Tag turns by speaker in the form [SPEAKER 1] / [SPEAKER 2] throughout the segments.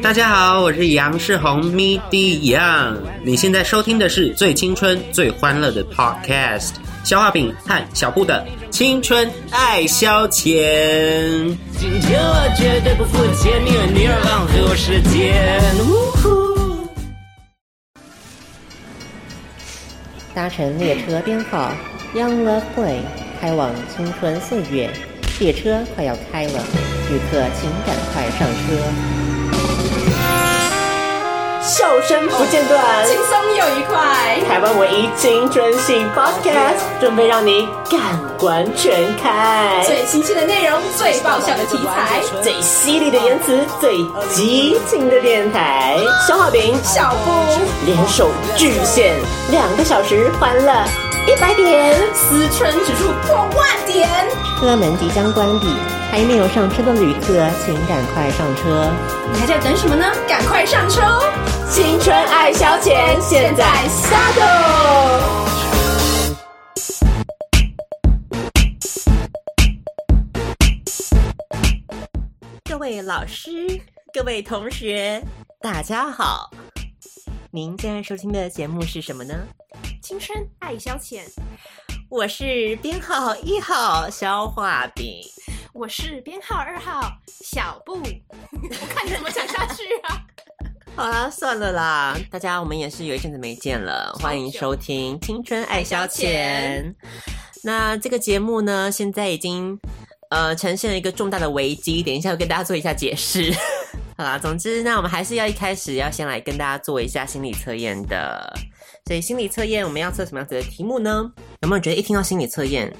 [SPEAKER 1] 大家好，我是杨世宏咪迪杨。你现在收听的是最青春、最欢乐的 Podcast，消化饼和小布的青春爱消遣。
[SPEAKER 2] 今天我绝对不付钱，宁愿你浪费我时间。呜呼！
[SPEAKER 3] 搭乘列车编号 Young Love Boy 开往青春岁月，列车快要开了，旅客请赶快上车。
[SPEAKER 4] 笑声不间断，
[SPEAKER 5] 轻松又愉快，
[SPEAKER 4] 台湾唯一青春系 Podcast，准备让你感官全开。
[SPEAKER 5] 最新鲜的内容，最爆笑的题材，
[SPEAKER 4] 最犀利的言辞，最激情的电台，小画饼、
[SPEAKER 5] 小布
[SPEAKER 4] 联手巨献两个小时，欢乐一百点。
[SPEAKER 5] 思春指数破万点，
[SPEAKER 3] 车门即将关闭，还没有上车的旅客请赶快上车。
[SPEAKER 5] 你还在等什么呢？赶快上车哦！
[SPEAKER 4] 青春爱消遣，现在
[SPEAKER 5] 下个。
[SPEAKER 4] 各位老师，各位同学，大家好。您现在收听的节目是什么呢？
[SPEAKER 5] 青春爱消遣，
[SPEAKER 4] 我是编号一号消化饼。
[SPEAKER 5] 我是编号二号小 布，我看你怎么讲下去啊！
[SPEAKER 4] 好啦，算了啦，大家我们也是有一阵子没见了，欢迎收听《青春爱消遣》。那这个节目呢，现在已经呃呈现了一个重大的危机，等一下我跟大家做一下解释。 好啦，总之那我们还是要一开始要先来跟大家做一下心理测验的。所以心理测验我们要测什么样子的题目呢？有没有觉得一听到心理测验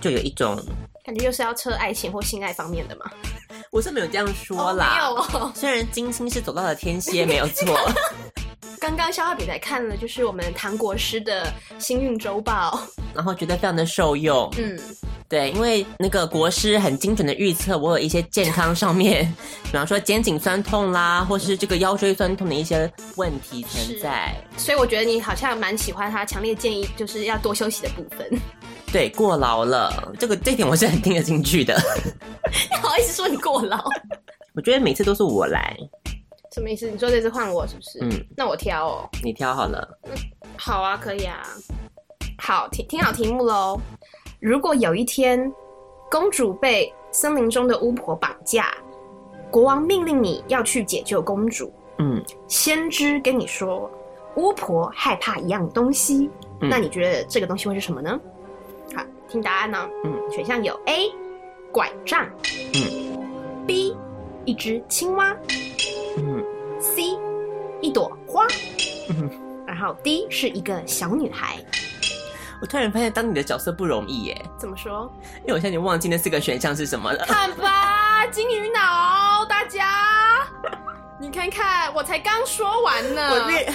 [SPEAKER 4] 就有一种
[SPEAKER 5] 感觉又是要测爱情或性爱方面的嘛？
[SPEAKER 4] 我是没有这样说啦，
[SPEAKER 5] 哦没有哦。
[SPEAKER 4] 虽然金星是走到了天蝎，没有 错。
[SPEAKER 5] 刚刚消化饼在看了，就是我们唐国师的《星运周报》。
[SPEAKER 4] 然后觉得非常的受用。
[SPEAKER 5] 嗯，
[SPEAKER 4] 对，因为那个国师很精准的预测我有一些健康上面，比方说肩颈酸痛啦，或是这个腰椎酸痛的一些问题存在。
[SPEAKER 5] 所以我觉得你好像蛮喜欢他，强烈建议就是要多休息的部分。
[SPEAKER 4] 对，过劳了，这个这点我是很听得进去的。
[SPEAKER 5] 你好意思说你过劳？
[SPEAKER 4] 我觉得每次都是我来，
[SPEAKER 5] 什么意思？你说这次换我是不是？
[SPEAKER 4] 嗯，
[SPEAKER 5] 那我挑哦。
[SPEAKER 4] 你挑好了。
[SPEAKER 5] 好啊，可以啊。好，听听好题目喽。如果有一天，公主被森林中的巫婆绑架，国王命令你要去解救公主。
[SPEAKER 4] 嗯，
[SPEAKER 5] 先知跟你说，巫婆害怕一样东西，
[SPEAKER 4] 嗯
[SPEAKER 5] 那你觉得这个东西会是什么呢？好，听答案呢、
[SPEAKER 4] 嗯，
[SPEAKER 5] 选项有 A 拐杖，b 一只青蛙
[SPEAKER 4] 嗯
[SPEAKER 5] ，C 一朵花，
[SPEAKER 4] 嗯，
[SPEAKER 5] 然后 D 是一个小女孩。
[SPEAKER 4] 我突然发现当你的角色不容易耶，
[SPEAKER 5] 怎么说？
[SPEAKER 4] 因为我现在已经忘记那四个选项是什么了。
[SPEAKER 5] 看吧， 金鱼脑，大家，你看看，我才刚说完呢。
[SPEAKER 4] 我越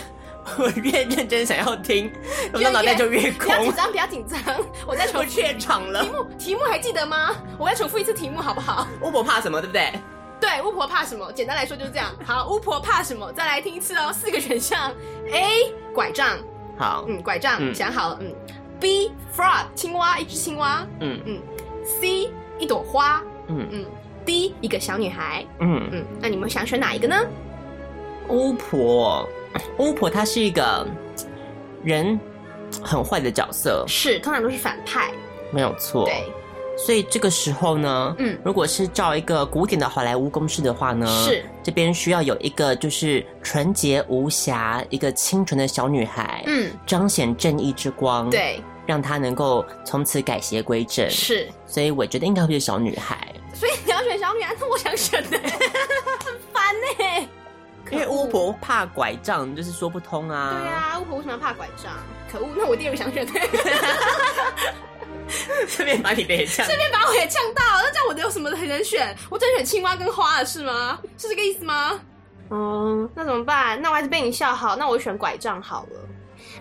[SPEAKER 4] 我越认真想要听，我的脑袋就越
[SPEAKER 5] 不要
[SPEAKER 4] 空
[SPEAKER 5] 紧，张，不要紧张，我再重
[SPEAKER 4] 我
[SPEAKER 5] 复
[SPEAKER 4] 怯场了
[SPEAKER 5] 题。目题目还记得吗？我再重复一次题目好不好？
[SPEAKER 4] 巫婆怕什么，对不对？
[SPEAKER 5] 对，巫婆怕什么？简单来说就是这样。好，巫婆怕什么？再来听一次哦，四个选项：A 拐杖，
[SPEAKER 4] 好，
[SPEAKER 5] 嗯，拐杖，
[SPEAKER 4] 嗯
[SPEAKER 5] 想好了，嗯；B frog 青蛙，一只青蛙
[SPEAKER 4] 嗯
[SPEAKER 5] ；C 一朵花，
[SPEAKER 4] 嗯
[SPEAKER 5] 嗯；D 一个小女孩，
[SPEAKER 4] 嗯，
[SPEAKER 5] 嗯。那你们想选哪一个呢？
[SPEAKER 4] 巫婆，巫婆她是一个人很坏的角色，
[SPEAKER 5] 是，通常都是反派，
[SPEAKER 4] 没有错。
[SPEAKER 5] 对，
[SPEAKER 4] 所以这个时候呢，
[SPEAKER 5] 嗯
[SPEAKER 4] 如果是照一个古典的好莱坞公式的话呢，
[SPEAKER 5] 是
[SPEAKER 4] 这边需要有一个就是纯洁无瑕、一个清纯的小女孩，，
[SPEAKER 5] 嗯，
[SPEAKER 4] 彰显正义之光，，
[SPEAKER 5] 对，
[SPEAKER 4] 让她能够从此改邪归正。
[SPEAKER 5] 是。
[SPEAKER 4] 所以我觉得应该会是小女孩，
[SPEAKER 5] 所以你要选小女孩，那我想选的， 很烦呢、
[SPEAKER 4] 因为巫婆怕拐杖，就是说不通啊。
[SPEAKER 5] 对啊，巫婆为什么要怕拐杖？可 恶！那我第二个想选的，
[SPEAKER 4] 顺便把你的也这样。
[SPEAKER 5] 把我也呛到，那这样我有什么人选？我只能选青蛙跟花了是吗？是这个意思吗？嗯，那怎么办？那我还是被你笑好，那我就选拐杖好了。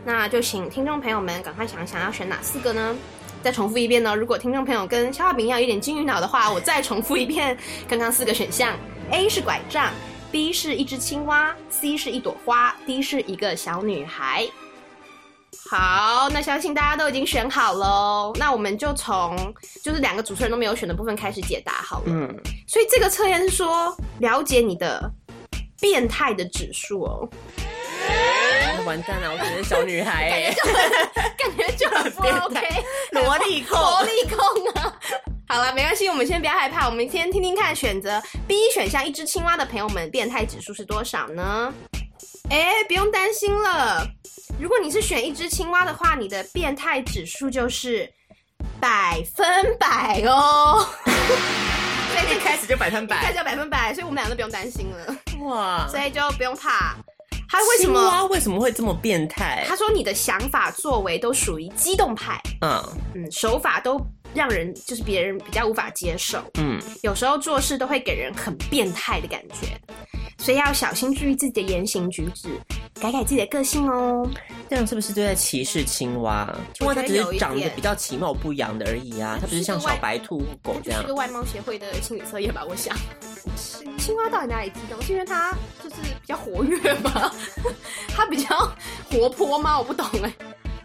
[SPEAKER 5] 那就请听众朋友们赶快想一想要选哪四个呢？再重复一遍呢、如果听众朋友跟消化饼一样有点金鱼脑的话，我再重复一遍刚刚四个选项：A 是拐杖，B 是一只青蛙，C 是一朵花，D 是一个小女孩。好，那相信大家都已经选好喽。那我们就从就是两个主持人都没有选的部分开始解答好了。
[SPEAKER 4] 嗯，
[SPEAKER 5] 所以这个测验是说了解你的变态的指数哦，
[SPEAKER 4] 完蛋了，我只是小女孩、
[SPEAKER 5] 感
[SPEAKER 4] 欸，
[SPEAKER 5] 觉就很感觉 就很不
[SPEAKER 4] 变
[SPEAKER 5] OK，
[SPEAKER 4] 态 萝莉控，
[SPEAKER 5] 萝莉控啊！好了，没关系，我们先不要害怕，我们先听听看选择 B 选项一只青蛙的朋友们变态指数是多少呢？哎，不用担心了，如果你是选一只青蛙的话，你的变态指数就是百分百哦。所以这
[SPEAKER 4] 一开始就百分
[SPEAKER 5] 开
[SPEAKER 4] 百，
[SPEAKER 5] 就百分百，所以我们俩都不用担心了，
[SPEAKER 4] 哇！
[SPEAKER 5] 所以就不用怕。他为什
[SPEAKER 4] 青蛙
[SPEAKER 5] 么？
[SPEAKER 4] 啊为什么会这么变态
[SPEAKER 5] 他？说你的想法、作为都属于激动派，
[SPEAKER 4] 嗯
[SPEAKER 5] 嗯，手法都让人就是别人比较无法接受，
[SPEAKER 4] 嗯，
[SPEAKER 5] 有时候做事都会给人很变态的感觉，所以要小心注意自己的言行举止，改改自己的个性哦。
[SPEAKER 4] 这样是不是就在歧视青蛙？青蛙它
[SPEAKER 5] 我
[SPEAKER 4] 只
[SPEAKER 5] 觉得有
[SPEAKER 4] 是
[SPEAKER 5] 一
[SPEAKER 4] 长得
[SPEAKER 5] 点
[SPEAKER 4] 比较其貌不扬的而已啊，它不是像小白兔或
[SPEAKER 5] 他
[SPEAKER 4] 狗这
[SPEAKER 5] 就是
[SPEAKER 4] 样
[SPEAKER 5] 一。个外貌协会的心理测验吧，我想。青蛙到底哪里激动？是因为它就是比较活跃吗？ 它比较活泼吗？我不懂哎、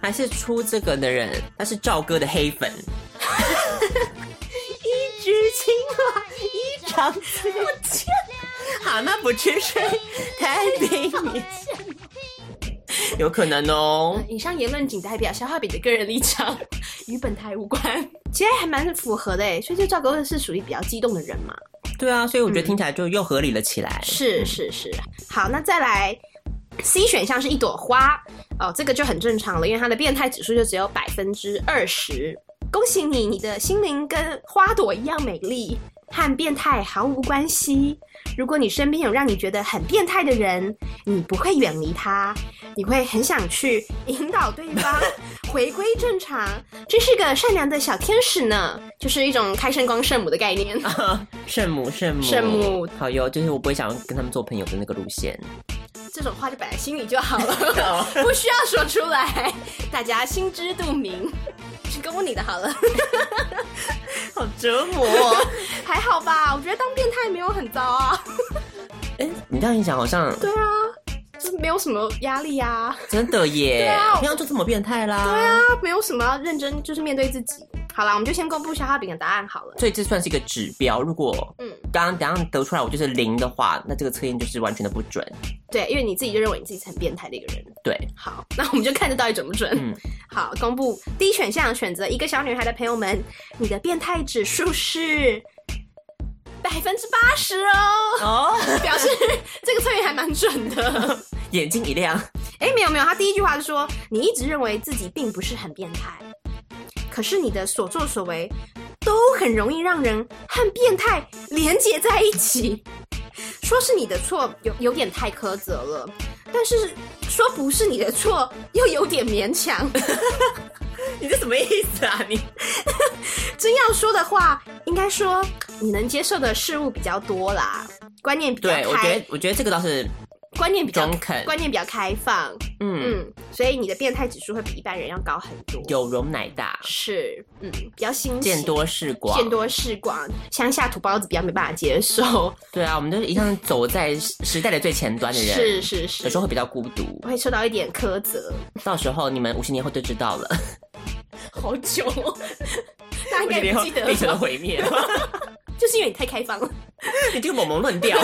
[SPEAKER 4] 还是出这个的人，他是赵哥的黑粉。 一只青蛙，一张嘴， 我天，蛤蟆不吃水，太 平年。有可能哦，
[SPEAKER 5] 以上言论仅代表消化饼的个人立场，与本台无关。其实还蛮符合的哎，所以这赵哥是属于比较激动的人嘛。
[SPEAKER 4] 对啊，所以我觉得听起来就又合理了起来。
[SPEAKER 5] 是是是，好，那再来 C 选项是一朵花哦，这个就很正常了，因为它的变态指数就只有百分之二十。恭喜你，你的心灵跟花朵一样美丽，和变态毫无关系。如果你身边有让你觉得很变态的人，你不会远离他，你会很想去引导对方回归正常。真是个善良的小天使呢，就是一种开圣光圣母的概念。
[SPEAKER 4] 圣母，圣母，
[SPEAKER 5] 圣母
[SPEAKER 4] 好哟，就是我不会想要跟他们做朋友的那个路线。
[SPEAKER 5] 这种话就摆在心里就好了， 不需要说出来，大家心知肚明。去公布你的好了，
[SPEAKER 4] 好折磨、哦。
[SPEAKER 5] 还好吧？我觉得当变态没有很糟啊。
[SPEAKER 4] 哎、你这样一讲，好像
[SPEAKER 5] 对啊，就是没有什么压力啊。
[SPEAKER 4] 真的耶。
[SPEAKER 5] 啊
[SPEAKER 4] 平常就这么变态啦。
[SPEAKER 5] 对啊，没有什么要认真，就是面对自己。好啦，我们就先公布消化饼的答案好了。
[SPEAKER 4] 所以这算是一个指标。如果
[SPEAKER 5] 嗯
[SPEAKER 4] 刚刚等下得出来我就是零的话，那这个测验就是完全的不准。
[SPEAKER 5] 对，因为你自己就认为你自己是很变态的一个人。
[SPEAKER 4] 对，
[SPEAKER 5] 好，那我们就看这到底准不准。
[SPEAKER 4] 嗯
[SPEAKER 5] 好，公布第一选项，选择一个小女孩的朋友们，你的变态指数是百分之八十哦。
[SPEAKER 4] 哦，
[SPEAKER 5] 表示这个测验还蛮准 的。
[SPEAKER 4] 眼睛一亮，
[SPEAKER 5] 哎、没有没有，他第一句话就说你一直认为自己并不是很变态，可是你的所作所为都很容易让人和变态连结在一起。说是你的错，有有点太苛责了；但是说不是你的错，又有点勉强。
[SPEAKER 4] 你这什么意思啊？你
[SPEAKER 5] 真要说的话，应该说你能接受的事物比较多啦，观念比较
[SPEAKER 4] 对我觉
[SPEAKER 5] 开
[SPEAKER 4] 得，，我觉得这个倒是，
[SPEAKER 5] 观念比较
[SPEAKER 4] 中肯
[SPEAKER 5] 观念比较开放。
[SPEAKER 4] 嗯，
[SPEAKER 5] 嗯，所以你的变态指数会比一般人要高很多。
[SPEAKER 4] 有容乃大，
[SPEAKER 5] 是，嗯，比较新奇
[SPEAKER 4] 见多识广，
[SPEAKER 5] 见多识广，乡下土包子比较没办法接受。
[SPEAKER 4] 对啊，我们都是一向走在时代的最前端的人，
[SPEAKER 5] 是是是，
[SPEAKER 4] 有时候会比较孤独。
[SPEAKER 5] 会受到一点苛责，
[SPEAKER 4] 到时候你们五十年后就知道了，
[SPEAKER 5] 好 久、哦，大家应
[SPEAKER 4] 五
[SPEAKER 5] 该
[SPEAKER 4] 十年
[SPEAKER 5] 也不
[SPEAKER 4] 后
[SPEAKER 5] 记得
[SPEAKER 4] 地球的
[SPEAKER 5] 了吧，
[SPEAKER 4] 毁灭，
[SPEAKER 5] 就是因为你太开放了。
[SPEAKER 4] 你这个萌萌论调，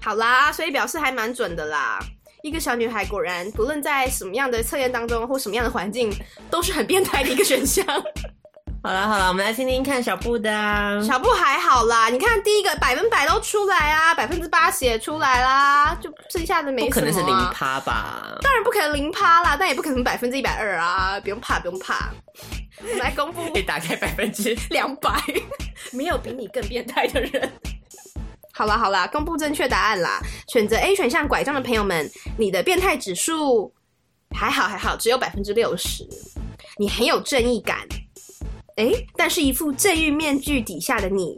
[SPEAKER 5] 好啦，所以表示还蛮准的啦。一个小女孩果然，不论在什么样的测验当中或什么样的环境，都是很变态的一个选项。
[SPEAKER 4] 好了好了，我们来听听看小布的、啊。
[SPEAKER 5] 小布还好啦，你看第一个百分百都出来啊，百分之八十也出来啦，就剩下的没
[SPEAKER 4] 不可
[SPEAKER 5] 什么、啊。
[SPEAKER 4] 能是零趴吧？
[SPEAKER 5] 当然不可能零趴啦，但也不可能百分之一百二啊，不用怕，不用怕。我们来公布
[SPEAKER 4] 可以打开百分之
[SPEAKER 5] 两百，没有比你更变态的人。好啦好啦，公布正确答案啦！选择 A 选项拐杖的朋友们，你的变态指数还好还好，只有百分之六十，你很有正义感。诶，但是一副正义面具底下的你，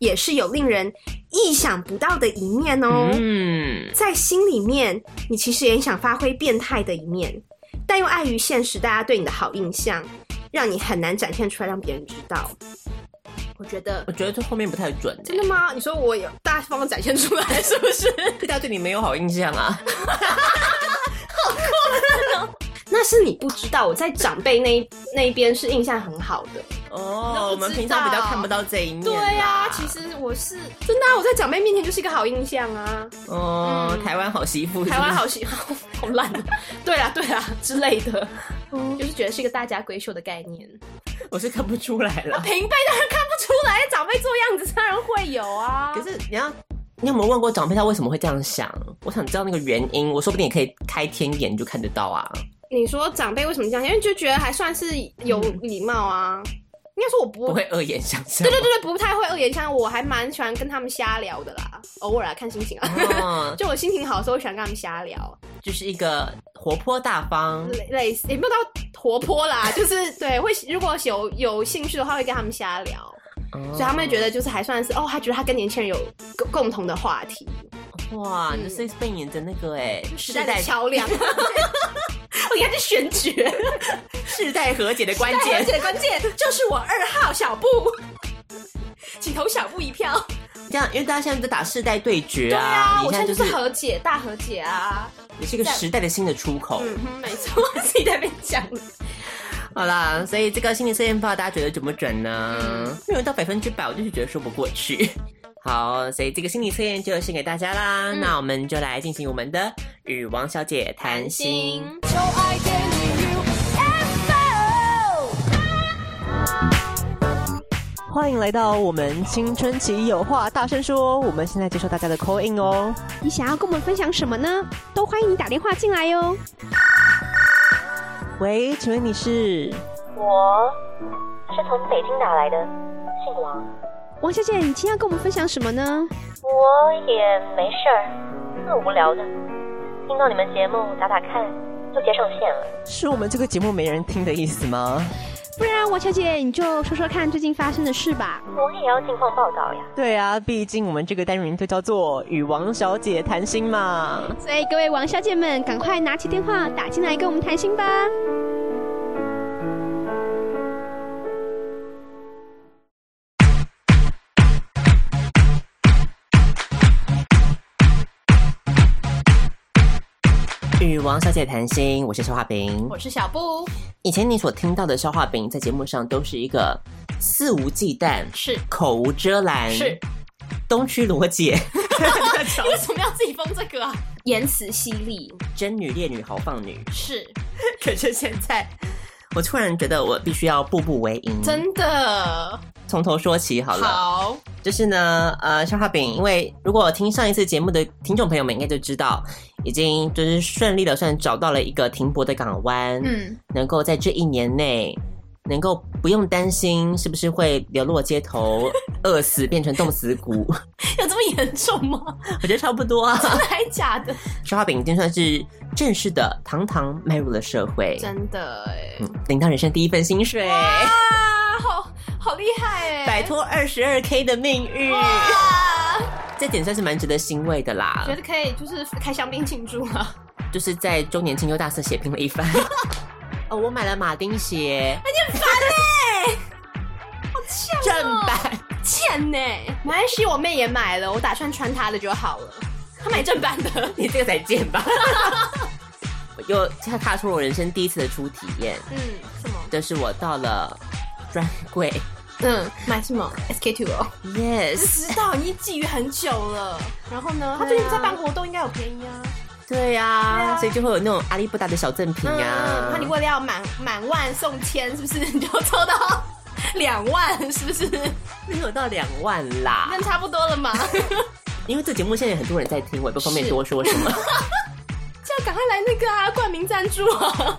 [SPEAKER 5] 也是有令人意想不到的一面哦。
[SPEAKER 4] 嗯，
[SPEAKER 5] 在心里面，你其实也想发挥变态的一面，但又碍于现实大家对你的好印象，让你很难展现出来，让别人知道。我觉得
[SPEAKER 4] 我觉得这后面不太准、
[SPEAKER 5] 哦真的吗？你说我有大家帮我展现出来，是不 是？
[SPEAKER 4] 大家对你没有好印象啊？
[SPEAKER 5] 那是你不知道，我在长辈那一那一边是印象很好的，
[SPEAKER 4] 哦，
[SPEAKER 5] 都不知道
[SPEAKER 4] 我们平常比较看不到这一面啊啦。
[SPEAKER 5] 对呀、其实我是真的、啊，我在长辈面前就是一个好印象啊。
[SPEAKER 4] 哦，
[SPEAKER 5] 嗯
[SPEAKER 4] 台湾好媳妇，
[SPEAKER 5] 台湾好喜好好烂啊，对啊对啊之类的，就是觉得是一个大家闺秀的概念。
[SPEAKER 4] 是不是， 我是看不出来了。
[SPEAKER 5] 平辈当然看不出来，长辈做样子当然会有啊。
[SPEAKER 4] 可是你要，你有没有问过长辈他为什么会这样想？我想知道那个原因，我说不定也可以开天眼就看得到啊。
[SPEAKER 5] 你说长辈为什么这样？因为就觉得还算是有礼貌啊。应该说我不
[SPEAKER 4] 不会恶言相向。
[SPEAKER 5] 对对对对，不太会恶言相向，我还蛮喜欢跟他们瞎聊的啦，偶尔啊看心情啊。
[SPEAKER 4] 哦，
[SPEAKER 5] 就我心情好的时候，喜欢跟他们瞎聊，
[SPEAKER 4] 就是一个活泼大 方，
[SPEAKER 5] 类类似也没有到活泼 啦，就是对会如果有有兴趣的话，会跟他们瞎聊，
[SPEAKER 4] 所
[SPEAKER 5] 所以他们会觉得就是还算是哦，他觉得他跟年轻人有共共同的话题，
[SPEAKER 4] 哇，
[SPEAKER 5] 嗯
[SPEAKER 4] 你是扮演着那个哎、
[SPEAKER 5] 时代的桥 梁。哦我应该是选举，
[SPEAKER 4] 世代和解的关
[SPEAKER 5] 而
[SPEAKER 4] 键。
[SPEAKER 5] 且关键就是我二号小布，请投小布一票。
[SPEAKER 4] 这样，因为大家现在在打世代对决
[SPEAKER 5] 对啊，
[SPEAKER 4] 你
[SPEAKER 5] 我
[SPEAKER 4] 现
[SPEAKER 5] 现在
[SPEAKER 4] 在就
[SPEAKER 5] 就
[SPEAKER 4] 是
[SPEAKER 5] 和解，大和解啊。
[SPEAKER 4] 也是一个时代的新的出口。
[SPEAKER 5] 嗯哼，没错，自己在那边讲了。
[SPEAKER 4] 好啦，所以这个心理测验报大家觉得准不准
[SPEAKER 6] 嗯
[SPEAKER 4] 呢？没有到百分之百，我就是觉得说不过 去。好，所以这个心理测验就献给大家啦。
[SPEAKER 6] 嗯
[SPEAKER 4] 那我们就来进行我们的与王小姐谈心。
[SPEAKER 5] 就爱给你 UFO。
[SPEAKER 6] 欢迎来到我们青春期有话大声说，我们现在接受大家的 call in 哦。
[SPEAKER 7] 你想要跟我们分享什么呢？都欢迎你打电话进来哟。
[SPEAKER 6] 喂，请问你是？
[SPEAKER 8] 我是从北京打来的，姓王。
[SPEAKER 7] 王小姐，你今天要跟我们分享什么呢？
[SPEAKER 8] 我也没事儿，很无聊的。听到你们节目打打看，就接上线了。
[SPEAKER 6] 是我们这个节目没人听的意思吗？
[SPEAKER 7] 不
[SPEAKER 5] 啊
[SPEAKER 7] 然王小姐你就说说看最近发生的事吧。
[SPEAKER 8] 我也要近况报道呀。
[SPEAKER 6] 对啊，毕竟我们这个单元就叫做与王小姐谈心嘛。
[SPEAKER 7] 所以各位王小姐们，赶快拿起电话打进来跟我们谈心吧。
[SPEAKER 4] 与王小姐谈心，我是肖化饼，
[SPEAKER 5] 我是小布，
[SPEAKER 4] 以前你所听到的消化饼在节目上都是一个肆无忌惮、
[SPEAKER 5] 是
[SPEAKER 4] 口无遮拦、
[SPEAKER 5] 是
[SPEAKER 4] 东区罗 姐、
[SPEAKER 5] 为什么要自己封这个啊？言辞犀利，
[SPEAKER 4] 真女烈女、豪放女。
[SPEAKER 5] 是
[SPEAKER 4] 可是现在，我突然觉得我必须要步步为营，
[SPEAKER 5] 真的
[SPEAKER 4] 从头说起好了。
[SPEAKER 5] 好，
[SPEAKER 4] 就是呢，呃，消化饼，因为如果听上一次节目的听众朋友们应该就知道，已经就是顺利的算找到了一个停泊的港湾，
[SPEAKER 5] 嗯，
[SPEAKER 4] 能够在这一年内。能够不用担心是不是会流落街头、饿死变成冻死骨，
[SPEAKER 5] 有这么严重吗？
[SPEAKER 4] 我觉得差不多啊。
[SPEAKER 5] 真的还假的？
[SPEAKER 4] 消化饼已经算是正式的堂堂迈入了社会，
[SPEAKER 5] 真的哎、
[SPEAKER 4] 嗯领到人生第一份薪水，
[SPEAKER 5] 啊，好好厉害哎、
[SPEAKER 4] 摆脱二十二 k 的命运，
[SPEAKER 5] 哇，
[SPEAKER 4] 这点算是蛮值得欣慰的啦
[SPEAKER 5] 觉。得可以就是开香槟庆祝了。
[SPEAKER 4] 就是在周年庆又大肆血拼了一 番。哦，我买了马丁鞋，
[SPEAKER 5] 哎
[SPEAKER 4] 正版，
[SPEAKER 5] 贱呢、没关系，我妹也买了，我打算穿她的就好了。她买正版的，
[SPEAKER 4] 你这个才贱吧！ 我又踏出了我人生第一次的初体验，
[SPEAKER 5] 嗯，什么？
[SPEAKER 4] 就是我到了 专柜
[SPEAKER 5] 嗯，买什么？SK two 哦。
[SPEAKER 4] ，yes，
[SPEAKER 5] 知道，你觊觎很久了。然后呢？他最近在办活动，应该有便宜啊。
[SPEAKER 4] 对呀、嗯所以就会有那种阿里不达的小赠品
[SPEAKER 5] 嗯
[SPEAKER 4] 呀、
[SPEAKER 5] 那你为了要满满万送千，是不是你就抽到两万？是不是？
[SPEAKER 4] 没有到两万啦
[SPEAKER 5] 那，差不多了 嘛？
[SPEAKER 4] 因为这节目现在很多人在听，我也不方便多说什 么。
[SPEAKER 5] 这样赶快来那个啊，冠名赞助啊！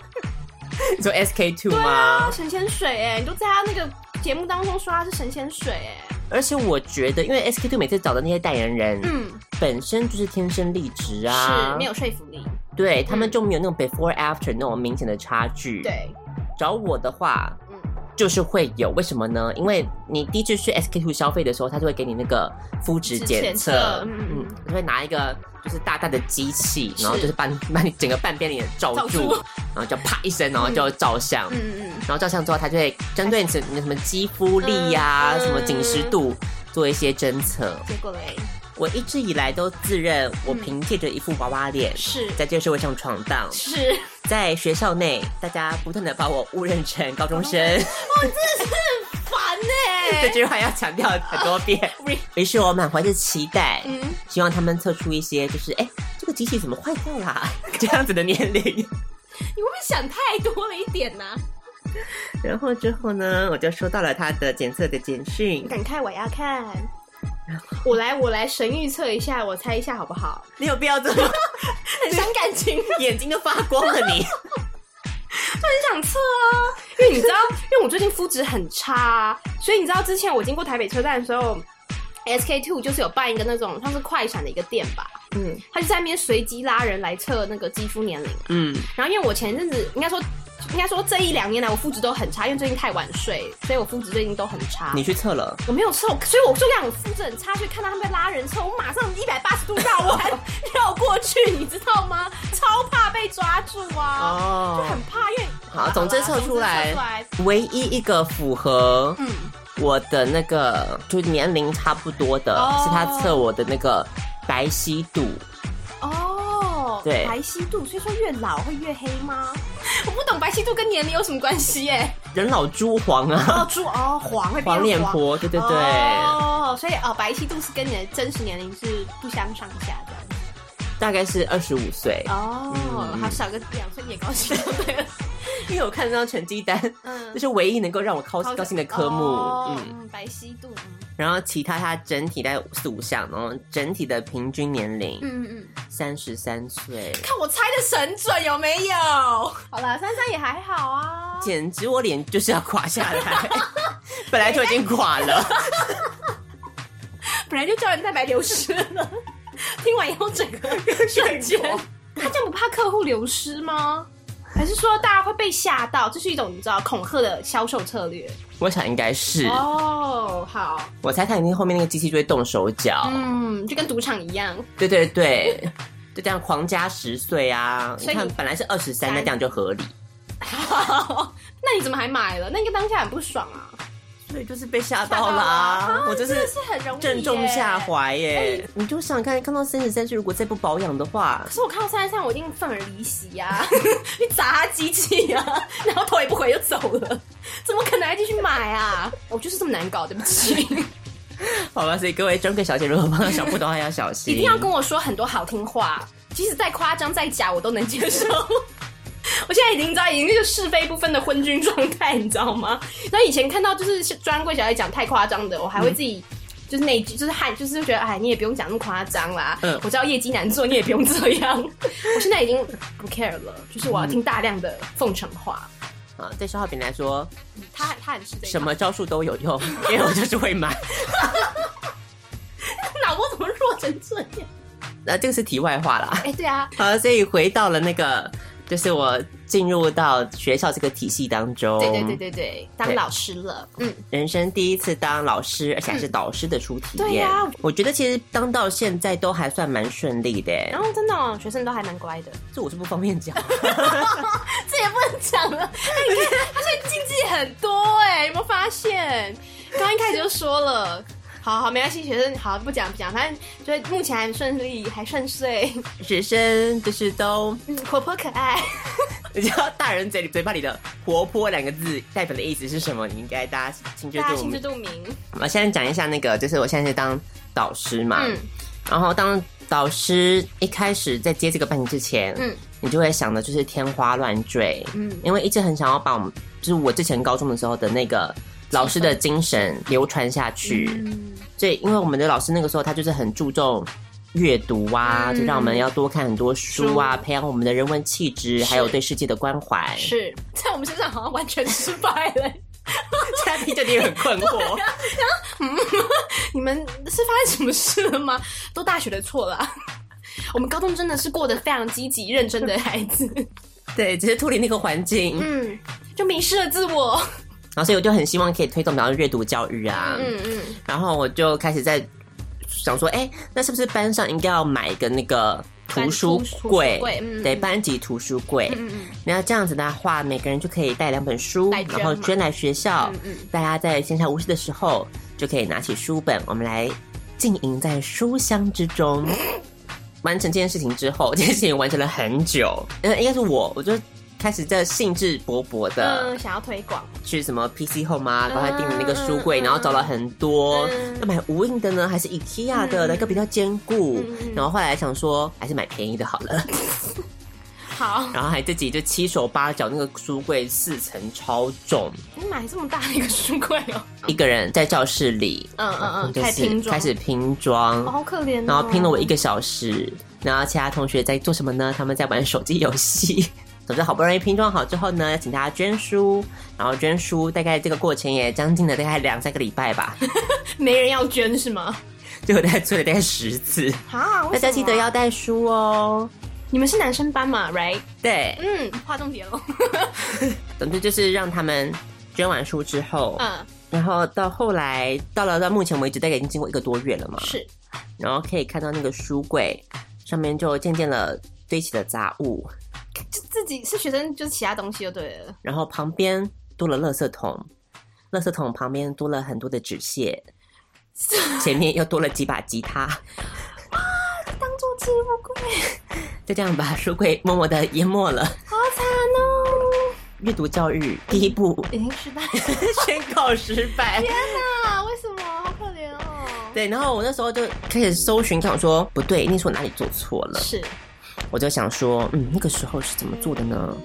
[SPEAKER 4] 你说 SK two
[SPEAKER 5] 对
[SPEAKER 4] 吗？
[SPEAKER 5] 啊， 神仙水哎、你就在他那个节目当中说他是神仙水哎、
[SPEAKER 4] 而且我觉得，因为 SK two 每次找的那些代言人，
[SPEAKER 5] 嗯，
[SPEAKER 4] 本身就是天生丽质啊，
[SPEAKER 5] 是没有说服力。
[SPEAKER 4] 对他们就没有那种 before after 那种明显的差距。，
[SPEAKER 5] 对，
[SPEAKER 4] 找我的话，
[SPEAKER 5] 嗯
[SPEAKER 4] 就是会有，为什么呢？因为你第一次去 SK two 消费的时候，他就会给你那个肤质检
[SPEAKER 5] 肤质检测
[SPEAKER 4] 嗯
[SPEAKER 5] 嗯，
[SPEAKER 4] 就会拿一个就是大大的机器，然后就是把你 把你整个半边脸罩
[SPEAKER 5] 罩
[SPEAKER 4] 住
[SPEAKER 5] 住，
[SPEAKER 4] 然后就啪一声，然后就照相。
[SPEAKER 5] 嗯嗯，
[SPEAKER 4] 然后照相之后，他就会针对你什你的什么肌肤力呀、
[SPEAKER 5] 嗯嗯
[SPEAKER 4] 什么紧实度做一些侦测。
[SPEAKER 5] 结果嘞
[SPEAKER 4] 我一直以来都自认
[SPEAKER 5] 嗯
[SPEAKER 4] 我凭借着一副娃娃脸，
[SPEAKER 5] 是
[SPEAKER 4] 在这个社会上闯荡，
[SPEAKER 5] 是，
[SPEAKER 4] 在学校内，大家不断的把我误认成高中生，
[SPEAKER 5] 我真的是呢哎
[SPEAKER 4] 这。 句话要强调很多遍。于是我满怀着期待，
[SPEAKER 5] 嗯
[SPEAKER 4] 希望他们测出一些就是，哎，这个机器怎么坏掉 啦？这样子的年龄。
[SPEAKER 5] 你会不会想太多了一点呐、
[SPEAKER 4] 然后之后呢，我就收到了他的检测的简 讯。
[SPEAKER 5] 敢看我要看。我来，我来神预测一下，我猜一下好不 好？
[SPEAKER 4] 你有必要这么
[SPEAKER 5] 很伤感情，
[SPEAKER 4] 眼睛都发光了 你？
[SPEAKER 5] 很想测啊，因为你知道，因为我最近肤质很差、啊，所以你知道之前我经过台北车站的时候，SK two 就是有办一个那种像是快闪的一个店吧，
[SPEAKER 4] 嗯
[SPEAKER 5] 他就在那边随机拉人来测那个肌肤年龄啊。
[SPEAKER 4] 嗯，
[SPEAKER 5] 然后因为我前阵子应该说，应该说这一两年来我肤质都很差，因为最近太晚睡，所以我肤质最近都很差。
[SPEAKER 4] 你去测了，
[SPEAKER 5] 我没有测，所以我就让我肤质很差，所以看到他们在拉人测，我马上一百八十度绕 弯绕过去，你知道吗？超怕被抓住啊，
[SPEAKER 4] 哦
[SPEAKER 5] 就很怕，因为
[SPEAKER 4] 好总之测出来
[SPEAKER 5] 总之测出来，
[SPEAKER 4] 唯一一个符合
[SPEAKER 5] 嗯，
[SPEAKER 4] 我的那个就是年龄差不多的，
[SPEAKER 5] 哦
[SPEAKER 4] 是他测我的那个白皙度。
[SPEAKER 5] 哦，
[SPEAKER 4] 对
[SPEAKER 5] 白皙度，所以说越老会越黑吗？ 我不懂白皙度跟年龄有什么关系耶、
[SPEAKER 4] 人老珠黄啊，
[SPEAKER 5] 哦，猪哦，黄会变
[SPEAKER 4] 黄脸婆，对对对，
[SPEAKER 5] 哦，所以哦，白皙度是跟你的真实年龄是不相上下的。
[SPEAKER 4] 大概是二十五岁。
[SPEAKER 5] 哦，好少个两岁也高 兴，对了，
[SPEAKER 4] 因为我看那张成绩单，
[SPEAKER 5] 嗯
[SPEAKER 4] 这是唯一能够让我高高兴的科目。
[SPEAKER 5] 哦
[SPEAKER 4] 嗯，
[SPEAKER 5] 白皙度，嗯
[SPEAKER 4] 然后其他它整体大概四五项，然后整体的平均年龄
[SPEAKER 5] 嗯嗯嗯，
[SPEAKER 4] 三十三岁，
[SPEAKER 5] 看我猜的神准有没有？好啦，珊珊也还好啊。
[SPEAKER 4] 简直我脸就是要垮下来，本来就已经垮了。
[SPEAKER 5] 本来就胶原蛋白流失 了，听完以后整个瞬间，他这样不怕客户流失吗？还是说大家会被吓到？这是一种你知道恐吓的销售策略
[SPEAKER 4] 我想应该是，
[SPEAKER 5] 哦。好，
[SPEAKER 4] 我猜他一定后面那个机器就会动手脚。
[SPEAKER 5] 嗯，就跟赌场一 样，
[SPEAKER 4] 对对对， 就这样狂加十岁啊！
[SPEAKER 5] 所
[SPEAKER 4] 你
[SPEAKER 5] 以
[SPEAKER 4] 看
[SPEAKER 5] 你
[SPEAKER 4] 本来是二十三，
[SPEAKER 5] 三
[SPEAKER 4] 那这样就合理。
[SPEAKER 5] 好，那你怎么还买了？那你当下很不爽啊！
[SPEAKER 4] 所以就是被吓
[SPEAKER 5] 到
[SPEAKER 4] 到
[SPEAKER 5] 啦
[SPEAKER 4] 啦、
[SPEAKER 5] 啊
[SPEAKER 4] 我就是
[SPEAKER 5] 真的是很容易
[SPEAKER 4] 正中
[SPEAKER 5] 耶
[SPEAKER 4] 下怀耶。哎你就想想看，看到三十三岁，如果再不保养的话
[SPEAKER 5] 可，是我看到珊珊，我一定愤而离席呀、啊， 去砸他机器啊，然后头也不回就走了，怎么可能还继续买啊？我就是这么难搞，对不起。
[SPEAKER 4] 好吧，所以各位中贵小姐，如果碰到小布的话，要小心，
[SPEAKER 5] 一定要跟我说很多好听话，即使再夸张再假，我都能接受。 我现在已经知道，已经是是非不分的昏君状态，你知道吗？那以前看到就是专柜小姐讲太夸张的，我还会自己。
[SPEAKER 4] 嗯
[SPEAKER 5] 就是那一句，就是汗，就是觉得，哎，你也不用讲那么夸张啦。
[SPEAKER 4] 嗯
[SPEAKER 5] 我知道业绩难做，你也不用这样。 我现在已经不 care 了，就是我要听大量的奉承话。
[SPEAKER 4] 啊。对消耗品来说，
[SPEAKER 5] 他他很是这一套
[SPEAKER 4] 什么？招数都有用，因为我就是会买。
[SPEAKER 5] 脑波怎么弱成这样？
[SPEAKER 4] 哦那、这个是题外话啦。
[SPEAKER 5] 哎、对啊，
[SPEAKER 4] 好，所以回到了那个，就是我进入到学校这个体系当中，
[SPEAKER 5] 对对对对对，当
[SPEAKER 4] 对
[SPEAKER 5] 老师了，嗯，
[SPEAKER 4] 人生第一次当老师，而且还是导师的初体验。
[SPEAKER 5] 对呀
[SPEAKER 4] 我觉得其实当到现在都还算蛮顺利的耶。
[SPEAKER 5] 然后真的、哦、学生都还蛮乖的。
[SPEAKER 4] 这我是不方便讲，
[SPEAKER 5] 这也不能讲了。哎，你看，他现在禁忌很多哎、有没有发现？刚一开始就说了。好好，没关系，学生好不讲不讲，反正就是目前还顺利，还顺遂，
[SPEAKER 4] 学生就是都，
[SPEAKER 5] 嗯，活泼可爱。
[SPEAKER 4] 你知道大人嘴里嘴巴里的“活泼”两个字代表的意思是什么？你应该大家心知
[SPEAKER 5] 大家
[SPEAKER 4] 肚
[SPEAKER 5] 心知
[SPEAKER 4] 明。
[SPEAKER 5] 肚明。
[SPEAKER 4] 我现在讲一下那个，就是我现在是当导师嘛，
[SPEAKER 5] 嗯
[SPEAKER 4] 然后当导师一开始在接这个班级之前，
[SPEAKER 5] 嗯
[SPEAKER 4] 你就会想的就是天花乱坠，
[SPEAKER 5] 嗯
[SPEAKER 4] 因为一直很想要把我们，就是我之前高中的时候的那个老师的精神流传下去，
[SPEAKER 5] 嗯
[SPEAKER 4] 所以因为我们的老师那个时候他就是很注重。阅读啊，
[SPEAKER 5] 嗯
[SPEAKER 4] 就让我们要多看很多书啊，
[SPEAKER 5] 书
[SPEAKER 4] 培养我们的人文气质，还有对世界的关怀。
[SPEAKER 5] 是在我们身上好像完全失败 了。
[SPEAKER 4] 现在听着你也很困惑，
[SPEAKER 5] 你们是发生什么事了吗？都大学的错啦。我们高中真的是过得非常积极认真的孩子，
[SPEAKER 4] 对，只是脱离那个环境。
[SPEAKER 5] 嗯，就迷失了自我。
[SPEAKER 4] 然后所以我就很希望可以推动，比方说阅读教育啊，
[SPEAKER 5] 嗯嗯，
[SPEAKER 4] 然后我就开始在想说，哎、那是不是班上应该要买一个那个图书
[SPEAKER 5] 班图书图
[SPEAKER 4] 柜
[SPEAKER 5] 书？柜嗯
[SPEAKER 4] 对，
[SPEAKER 5] 嗯
[SPEAKER 4] 班级图书柜。
[SPEAKER 5] 嗯嗯
[SPEAKER 4] 然后这样子的话，每个人就可以带两本书
[SPEAKER 5] 来，捐
[SPEAKER 4] 然后
[SPEAKER 5] 嘛
[SPEAKER 4] 捐来学校。
[SPEAKER 5] 嗯嗯
[SPEAKER 4] 大家在闲暇无事的时候，就可以拿起书本，我们来浸淫在书香之 中。完成这件事情之后，这件事情完成了很久。呃，应该是我，我就开始在兴致勃勃的
[SPEAKER 5] 嗯，想要推广，
[SPEAKER 4] 去什么 PC Home 啊，然后还订了那个书柜，
[SPEAKER 5] 嗯嗯
[SPEAKER 4] 然后找了很多
[SPEAKER 5] 嗯，
[SPEAKER 4] 要买无印的呢，还是 IKEA 的，哪个比较坚
[SPEAKER 5] 嗯
[SPEAKER 4] 固？然后后来想说，还是买便宜的好 了。
[SPEAKER 5] 好，
[SPEAKER 4] 然后还自己就七手八脚，那个书柜四层超重，
[SPEAKER 5] 你哎买这么大的一个书柜哦，
[SPEAKER 4] 一个人在教室里，
[SPEAKER 5] 嗯嗯嗯
[SPEAKER 4] 就
[SPEAKER 5] 开
[SPEAKER 4] 是
[SPEAKER 5] 拼装
[SPEAKER 4] 开始拼装，
[SPEAKER 5] 哦好可怜哦，
[SPEAKER 4] 然后拼了我一个小时，然后其他同学在做什么呢？他们在玩手机游戏。 总之，好不容易拼装好之后呢，请大家捐书，然后捐书大概这个过程也将近了大概两三个礼拜吧，
[SPEAKER 5] 没人要捐是吗？
[SPEAKER 4] 就我大概催了大概十次。
[SPEAKER 5] 啊，为
[SPEAKER 4] 大
[SPEAKER 5] 什么
[SPEAKER 4] 家记得要带书哦。
[SPEAKER 5] 你们是男生班嘛，right？
[SPEAKER 4] 对，
[SPEAKER 5] 嗯，划重点喽，
[SPEAKER 4] 总之就是让他们捐完书之后，
[SPEAKER 5] 嗯，
[SPEAKER 4] 然后到后来到了到目前为止，大概已经经过一个多月了嘛，
[SPEAKER 5] 是，
[SPEAKER 4] 然后可以看到那个书柜上面就渐渐了堆起了杂物，
[SPEAKER 5] 就自己是学生，就是其他东西就对了，
[SPEAKER 4] 然后旁边多了垃圾桶，垃圾桶旁边多了很多的纸 屑，前面又多了几把吉他。
[SPEAKER 5] 当做置物柜，
[SPEAKER 4] 就这样把书柜默默的淹没了。
[SPEAKER 5] 好惨哦，
[SPEAKER 4] 阅读教育第一步
[SPEAKER 5] 已经失败了，
[SPEAKER 4] 宣告失败。
[SPEAKER 5] 啊，为什么？好可怜哦，
[SPEAKER 4] 对，然后我那时候就开始搜寻，想说不对，那是我哪里做错了？
[SPEAKER 5] 是，
[SPEAKER 4] 我就想说，嗯，那个时候是怎么做的呢？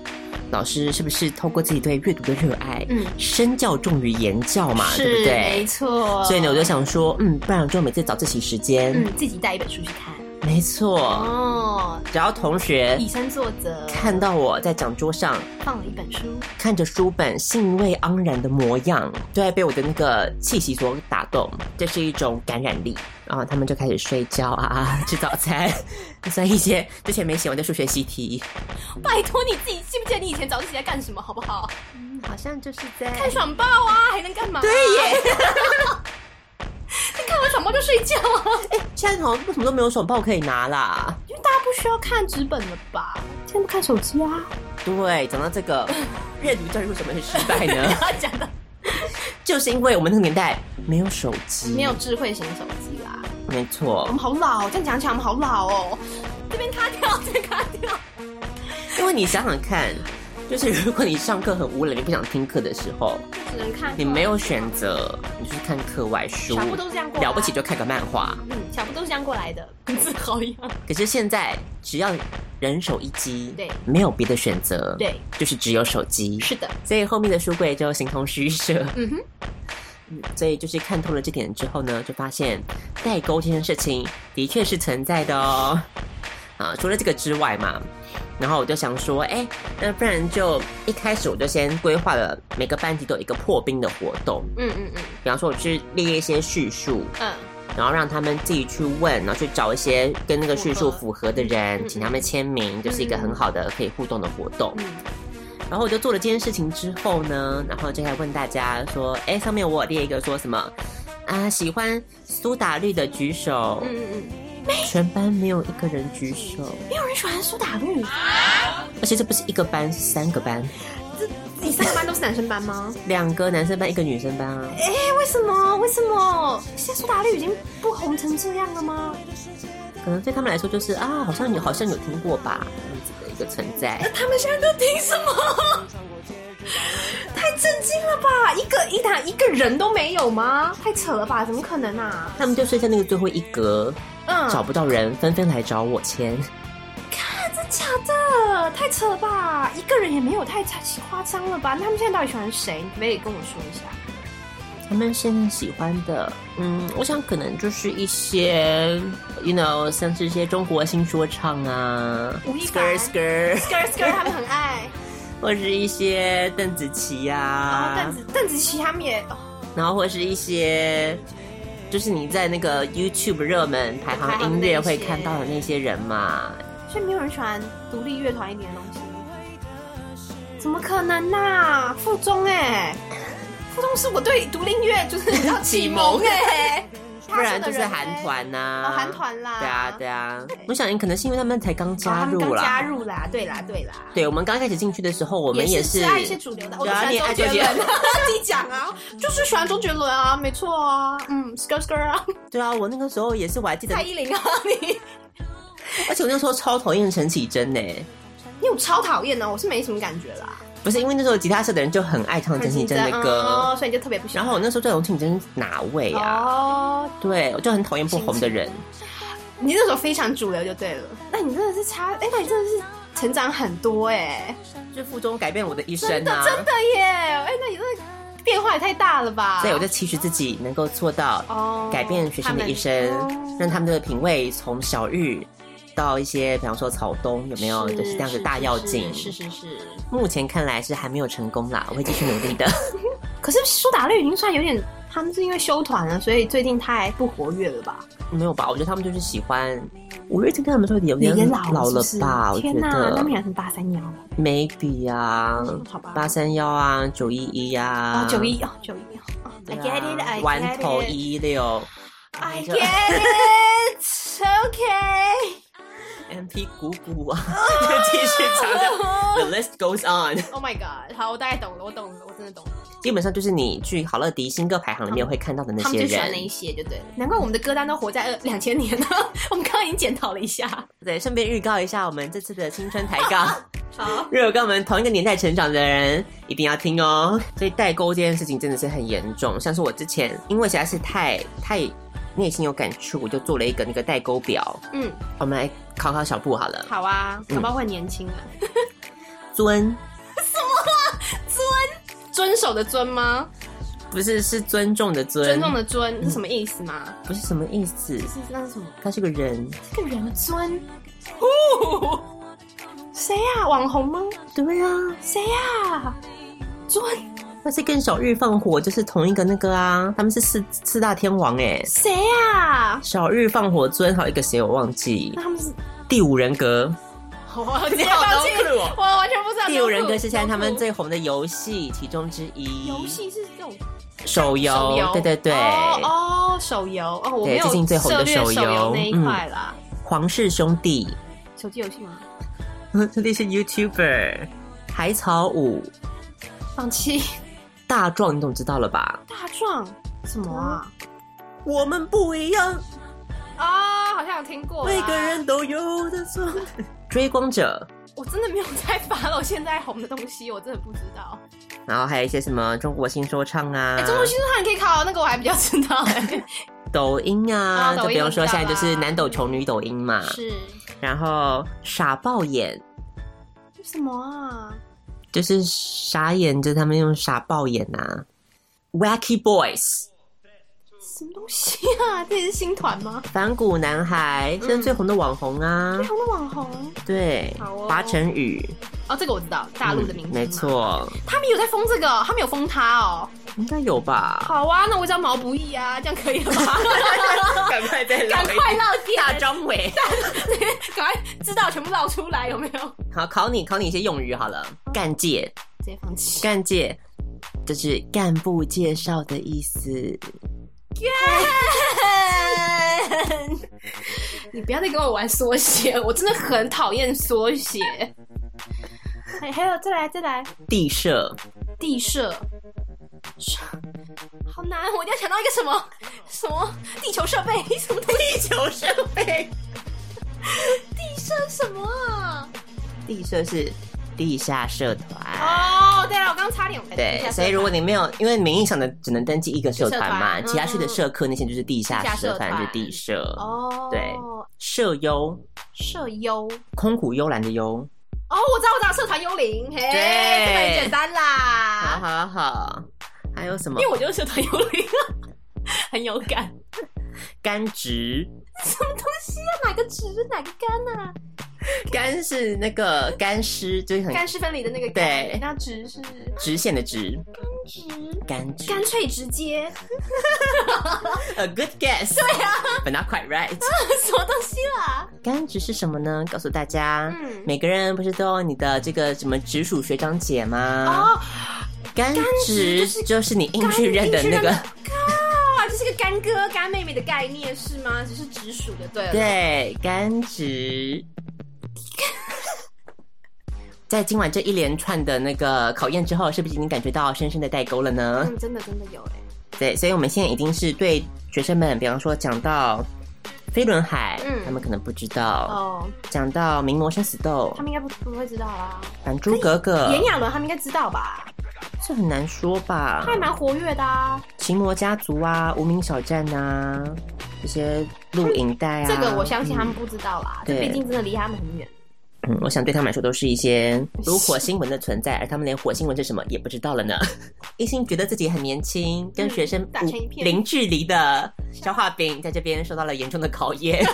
[SPEAKER 4] 老师是不是透过自己对阅读的热爱，
[SPEAKER 5] 嗯
[SPEAKER 4] 身教重于言教嘛，
[SPEAKER 5] 是，
[SPEAKER 4] 对不
[SPEAKER 5] 没
[SPEAKER 4] 对？
[SPEAKER 5] 错，
[SPEAKER 4] 所以呢，我就想说，嗯，不然我就每次早自习时间，
[SPEAKER 5] 嗯，自己带一本书去看，
[SPEAKER 4] 没错，
[SPEAKER 5] 哦，
[SPEAKER 4] 只要同学
[SPEAKER 5] 以身作则，
[SPEAKER 4] 看到我在讲桌上
[SPEAKER 5] 放了一本书，
[SPEAKER 4] 看着书本兴味盎然的模样，就会被我的那个气息所打动，这是一种感染力。然后他们就开始睡觉啊， 吃早餐，算一些之前没写完的数学习题，
[SPEAKER 5] 拜托你自己记不记得你以前早自习在干什么，好不嗯好？
[SPEAKER 4] 好像就是在
[SPEAKER 5] 看爽报啊，还能干嘛？对耶。 你看完爽报就睡觉啊，
[SPEAKER 4] 现在好像为什么都没有手报可以拿啦？
[SPEAKER 5] 因为大家不需要看纸本了吧？现在都看手机啊。
[SPEAKER 4] 对，讲到这个 阅读教育为什么会失败呢？
[SPEAKER 5] 他讲的
[SPEAKER 4] 就是因为我们那个年代没有手机，
[SPEAKER 5] 没有，智慧型手机啦，
[SPEAKER 4] 没错
[SPEAKER 5] 我，们好老，这样讲起来我们好老哦。这边卡掉，这边卡掉。
[SPEAKER 4] 因为你想想看，就是如果你上课很无聊，你不想听课的时候，
[SPEAKER 5] 只能看。
[SPEAKER 4] 你没有选择，你去看课外书，
[SPEAKER 5] 小布都是这样过来
[SPEAKER 4] 了不起就看个漫画。
[SPEAKER 5] 嗯，小布都是这样过来的，跟自豪一样。
[SPEAKER 4] 可是现在只要人手一机，
[SPEAKER 5] 对
[SPEAKER 4] 没有别的选择，
[SPEAKER 5] 对，
[SPEAKER 4] 就是只有手机。
[SPEAKER 5] 是的，
[SPEAKER 4] 所以后面的书柜就形同虚设。
[SPEAKER 5] 嗯哼，
[SPEAKER 4] 所以就是看透了这点之后呢，就发现代沟这件事情的确是存在的哦。 啊，除了这个之外嘛，然后我就想说，哎、那不然就一开始我就先规划了每个班级都有一个破冰的活动，
[SPEAKER 5] 嗯嗯嗯
[SPEAKER 4] 比方说我去列一些叙述，
[SPEAKER 5] 嗯，
[SPEAKER 4] 然后让他们自己去问，然后去找一些跟那个叙述符合的
[SPEAKER 5] 嗯
[SPEAKER 4] 人，请他们签名，就是一个很好的可以互动的活动。然后我就做了这件事情之后呢，然后就来问大家说，哎，上面我有列一个说什么啊，喜欢苏打绿的举手，
[SPEAKER 5] 嗯嗯嗯，
[SPEAKER 4] 全班没有一个人举手，
[SPEAKER 5] 没有人喜欢苏打绿。
[SPEAKER 4] 而且这不是一个班，是三个班，
[SPEAKER 5] 你三个班都是男生班吗？
[SPEAKER 4] 两个男生班，一个女生班啊。
[SPEAKER 5] 哎为什么？为什么？现在苏打绿已经不红成这样了吗？
[SPEAKER 4] 可能对他们来说就是啊，好像有好像有听过吧，这样子的一个存在。
[SPEAKER 5] 他们现在都听什么？ 太震惊了吧！一个一打一个人都没有吗？太扯了吧！怎么可能啊？
[SPEAKER 4] 他们就睡在那个最后一格，
[SPEAKER 5] 嗯，
[SPEAKER 4] 找不到人，纷纷来找我签。
[SPEAKER 5] 真假的？太扯了吧！一个人也没有太太夸张了吧？那他们现在到底喜欢谁？你可以跟我说一下。
[SPEAKER 4] 他们现在喜欢的，嗯，我想可能就是一些，you know，像是一些中国新说唱啊
[SPEAKER 5] 吴亦
[SPEAKER 4] ，skr
[SPEAKER 5] 凡
[SPEAKER 4] skr，
[SPEAKER 5] Skr Skr 他们很爱，
[SPEAKER 4] 或是一些邓紫棋
[SPEAKER 5] 然
[SPEAKER 4] 啊
[SPEAKER 5] 后，哦邓紫邓紫棋他们也哦
[SPEAKER 4] 然后或是一些，就是你在那个 YouTube 热门排行音乐会看到的那些人嘛，
[SPEAKER 5] 所以没有人喜欢独立乐团一点的东西，怎么可能呐、附中哎、附中是我对独立音乐就是要启蒙哎、
[SPEAKER 4] 欸 不然就是
[SPEAKER 5] 他说的人
[SPEAKER 4] 韩团呐、
[SPEAKER 5] 哦韩团啦
[SPEAKER 4] 对啊对啊，我想你可能是因为他们才刚加
[SPEAKER 5] 哦他
[SPEAKER 4] 入
[SPEAKER 5] 们刚
[SPEAKER 4] 啦，
[SPEAKER 5] 加入啦，对啦对啦，
[SPEAKER 4] 对，我们刚开始进去的时候，我们
[SPEAKER 5] 也
[SPEAKER 4] 是
[SPEAKER 5] 是爱一些主流的，我
[SPEAKER 4] 对
[SPEAKER 5] 就
[SPEAKER 4] 啊，
[SPEAKER 5] 喜
[SPEAKER 4] 你也
[SPEAKER 5] 欢
[SPEAKER 4] 爱
[SPEAKER 5] 周
[SPEAKER 4] 周
[SPEAKER 5] 杰
[SPEAKER 4] 杰
[SPEAKER 5] 伦
[SPEAKER 4] 伦。
[SPEAKER 5] 啊，自己讲啊，就是喜欢周杰伦啊，没错啊，嗯，skr skr 啊，
[SPEAKER 4] 对啊，我那个时候也是，我还记得
[SPEAKER 5] 蔡，依林啊，你
[SPEAKER 4] 而且我那时候超讨厌陈绮贞呢。
[SPEAKER 5] 你因为我超讨厌的，哦我是没什么感觉啦。
[SPEAKER 4] 不是因为那时候吉他社的人就很爱唱
[SPEAKER 5] 很
[SPEAKER 4] 郑信真的
[SPEAKER 5] 哦
[SPEAKER 4] 歌，，
[SPEAKER 5] 所以你就特别不喜
[SPEAKER 4] 然
[SPEAKER 5] 欢。
[SPEAKER 4] 后我那时候对龙庆真哪位啊？
[SPEAKER 5] 哦，
[SPEAKER 4] 对，我就很讨厌不红的人。
[SPEAKER 5] 你那时候非常主流就对了。那你真的是差，哎、那你真的是成长很多哎、
[SPEAKER 4] 就是附中改变我的一生
[SPEAKER 5] 真的
[SPEAKER 4] 啊！
[SPEAKER 5] 真的耶！哎、那你这变化也太大了吧？
[SPEAKER 4] 所以我就期许自己能够做到
[SPEAKER 5] 哦
[SPEAKER 4] 改变学生的一生，
[SPEAKER 5] 他们
[SPEAKER 4] 让他们的品味从小日到一些，比方说草东有没有，就是这样子大要进。
[SPEAKER 5] 哦是是是。是
[SPEAKER 4] 目前看来是还没有成功啦，我会继续努力 的。
[SPEAKER 5] 可是苏打绿已经算有点，他们是因为休团了，所以最近太不活跃了吧？
[SPEAKER 4] 没有吧？我觉得他们就是喜欢五月天，跟他们说有
[SPEAKER 5] 也
[SPEAKER 4] 点
[SPEAKER 5] 老
[SPEAKER 4] 老了
[SPEAKER 5] 是不是
[SPEAKER 4] 吧？
[SPEAKER 5] 天
[SPEAKER 4] 我觉
[SPEAKER 5] 他
[SPEAKER 4] 得
[SPEAKER 5] 们俩是八三幺
[SPEAKER 4] maybe 啊
[SPEAKER 5] 好吧，
[SPEAKER 4] 八三幺啊，九一一啊，
[SPEAKER 5] 哦，九一哦，九一哦
[SPEAKER 4] 对
[SPEAKER 5] ，I
[SPEAKER 4] 啊
[SPEAKER 5] get it, I
[SPEAKER 4] 丸头
[SPEAKER 5] get it,
[SPEAKER 4] 一六
[SPEAKER 5] I get it, OK。
[SPEAKER 4] MP 鼓鼓啊，就继续唱
[SPEAKER 5] 哦
[SPEAKER 4] 着 The list goes on。
[SPEAKER 5] Oh my god！好，我大概懂了，我懂了，我真的懂了。
[SPEAKER 4] 基本上就是你去好乐迪新歌排行里面会看到的那
[SPEAKER 5] 嗯他们
[SPEAKER 4] 些
[SPEAKER 5] 就喜欢那一
[SPEAKER 4] 人。
[SPEAKER 5] 些，就对了。难怪我们的歌单都活在二 两千年了。我们刚刚已经检讨了一下。
[SPEAKER 4] 对，顺便预告一下我们这次的青春抬杠。
[SPEAKER 5] 好，
[SPEAKER 4] 如果跟我们同一个年代成长的人，一定要听哦。所以代沟这件事情真的是很严重，像是我之前因为实在是太太内心有感触，我就做了一个那个代沟表。
[SPEAKER 5] 嗯，
[SPEAKER 4] 我们来考考小布好了，
[SPEAKER 5] 好啊，
[SPEAKER 4] 嗯
[SPEAKER 5] 搞不好会年轻啊。
[SPEAKER 4] 尊
[SPEAKER 5] 遵守的遵吗？
[SPEAKER 4] 不是是尊重的尊，
[SPEAKER 5] 尊重的尊是什么意思吗？
[SPEAKER 4] 不是什么意思，
[SPEAKER 5] 是那是什么？
[SPEAKER 4] 他是个人，
[SPEAKER 5] 这个人的尊？哦，谁呀、网红吗？
[SPEAKER 4] 对啊，
[SPEAKER 5] 谁呀、尊
[SPEAKER 4] 那是跟小玉放火就是同一个那个啊，他们是四四大天王哎、
[SPEAKER 5] 谁呀、
[SPEAKER 4] 小玉放火尊，还有一个谁我忘记
[SPEAKER 5] 那，他们是？
[SPEAKER 4] 第五人格，
[SPEAKER 5] 我直
[SPEAKER 4] 你好 no clue 哦
[SPEAKER 5] 我完全不知道。
[SPEAKER 4] 第五人格是现在他
[SPEAKER 5] no
[SPEAKER 4] 们
[SPEAKER 5] clue
[SPEAKER 4] 最红的游戏其中之一，
[SPEAKER 5] 游戏是这种
[SPEAKER 4] 手
[SPEAKER 5] 手
[SPEAKER 4] 游，
[SPEAKER 5] 游，
[SPEAKER 4] 对对对，
[SPEAKER 5] 哦哦，手游哦，我没有
[SPEAKER 4] 对最近最红的
[SPEAKER 5] 涉猎
[SPEAKER 4] 手
[SPEAKER 5] 手
[SPEAKER 4] 游嗯
[SPEAKER 5] 那一块啦。
[SPEAKER 4] 皇室兄弟，
[SPEAKER 5] 手机游戏吗？
[SPEAKER 4] 这里是 YouTuber，海草舞，
[SPEAKER 5] 放弃
[SPEAKER 4] 大壮你总知道了吧？
[SPEAKER 5] 大壮什么啊？
[SPEAKER 4] 我们不一样，
[SPEAKER 5] 啊，好像有听过啦。
[SPEAKER 4] 每个人都有的错。追光者，
[SPEAKER 5] 我真的没有在发了，我现在红的东西我真的不知道。
[SPEAKER 4] 然后还有一些什么中国新说唱啊，
[SPEAKER 5] 哎，中国新说唱可以考，那个我还比较知道。哎
[SPEAKER 4] 抖音啊，
[SPEAKER 5] 啊抖
[SPEAKER 4] 就
[SPEAKER 5] 音
[SPEAKER 4] 比方说
[SPEAKER 5] 我知道
[SPEAKER 4] 现
[SPEAKER 5] 啦
[SPEAKER 4] 在就是男抖穷女抖音嘛，
[SPEAKER 5] 是
[SPEAKER 4] 然后傻爆眼。
[SPEAKER 5] 什么啊？
[SPEAKER 4] 就是傻眼，就是他们用傻爆眼啊。Wacky Boys
[SPEAKER 5] 什么东西啊？这也是新团吗？
[SPEAKER 4] 反骨男孩，现在最红的网红啊，
[SPEAKER 5] 嗯红的网红
[SPEAKER 4] 对
[SPEAKER 5] 好，哦
[SPEAKER 4] 华晨宇，
[SPEAKER 5] 哦，这个我知道，大陆的明星、
[SPEAKER 4] 嗯没，错，
[SPEAKER 5] 他们有在封这个，他们有封他哦。
[SPEAKER 4] 应该有吧？
[SPEAKER 5] 好啊，那我叫毛不易啊，这样可以了吧？
[SPEAKER 4] 赶快再
[SPEAKER 5] 赶快绕掉，
[SPEAKER 4] 大张伟。
[SPEAKER 5] 赶快知道全部绕出来，有没有？
[SPEAKER 4] 好，考你，考你一些用语好了。干介，
[SPEAKER 5] 直接放弃。
[SPEAKER 4] 干介就是干部介绍的意思。
[SPEAKER 5] 你不要再跟我玩缩写，我真的很讨厌缩写。还还有，再来再来，
[SPEAKER 4] 地社，
[SPEAKER 5] 地社，好难，我一定要想到一个什么什么地球设备， 什么东西？地球设备，地社什么啊？
[SPEAKER 4] 地社是地下社团。
[SPEAKER 5] 哦，对了，我刚差点
[SPEAKER 4] 对，所以如果你没有，因为名义上的只能登记一个社团嘛，
[SPEAKER 5] 社团
[SPEAKER 4] 其他去的社课那些就是地下
[SPEAKER 5] 地下
[SPEAKER 4] 社
[SPEAKER 5] 社
[SPEAKER 4] 团，
[SPEAKER 5] 团
[SPEAKER 4] 就是地社。
[SPEAKER 5] 哦，
[SPEAKER 4] 对社幽，
[SPEAKER 5] 社优。
[SPEAKER 4] 空谷幽兰的幽。
[SPEAKER 5] 哦，我知道，我知道，社团幽灵，嘿，这
[SPEAKER 4] 对
[SPEAKER 5] 个很简单
[SPEAKER 4] 好
[SPEAKER 5] 啦，
[SPEAKER 4] 好好，还有什么
[SPEAKER 5] 因为？我就是社团幽灵，很有感。
[SPEAKER 4] 甘直，
[SPEAKER 5] 什么东西啊？哪个直，哪个干啊？
[SPEAKER 4] 甘是那个干湿，就是很
[SPEAKER 5] 干湿分离的那个干
[SPEAKER 4] 对
[SPEAKER 5] 那直是
[SPEAKER 4] 直线的直。甘直，
[SPEAKER 5] 干脆直接，
[SPEAKER 4] ，a good guess。对啊，but not quite right。
[SPEAKER 5] 什么东西啦？
[SPEAKER 4] 甘直是什么呢？告诉大家，
[SPEAKER 5] 嗯
[SPEAKER 4] 每个人不是都有你的这个什么直属学长姐吗？
[SPEAKER 5] 哦，
[SPEAKER 4] 甘直就是你硬去认的那个。
[SPEAKER 5] 靠，这是个干哥干妹妹的概念是吗？只是直属的，对了。
[SPEAKER 4] 对，啊甘直。在今晚这一连串的那个考验之后，是不是已经感觉到深深的代沟了呢？
[SPEAKER 5] 嗯，真的真的有哎、
[SPEAKER 4] 对，所以我们现在已经是对学生们，比方说讲到飞轮海，
[SPEAKER 5] 嗯
[SPEAKER 4] 他们可能不知道。
[SPEAKER 5] 哦，
[SPEAKER 4] 讲到名模生死斗
[SPEAKER 5] 他、们应该不不会知道啦。
[SPEAKER 4] 反珠格格，
[SPEAKER 5] 炎亚纶他们应该知道吧？
[SPEAKER 4] 这很难说吧
[SPEAKER 5] 他？还蛮活跃的啊。
[SPEAKER 4] 琴魔家族啊，无名小站啊，这些录影带啊，
[SPEAKER 5] 这个我相信他们不知道啦，这
[SPEAKER 4] 对
[SPEAKER 5] 毕竟真的离他们很远。
[SPEAKER 4] 嗯，我想对他们来说都是一些如火星文的存在，而他们连火星文是什么也不知道了呢。一心觉得自己很年轻，跟学生
[SPEAKER 5] 嗯打成一片
[SPEAKER 4] 零距离的消化饼在这边受到了严重的考验。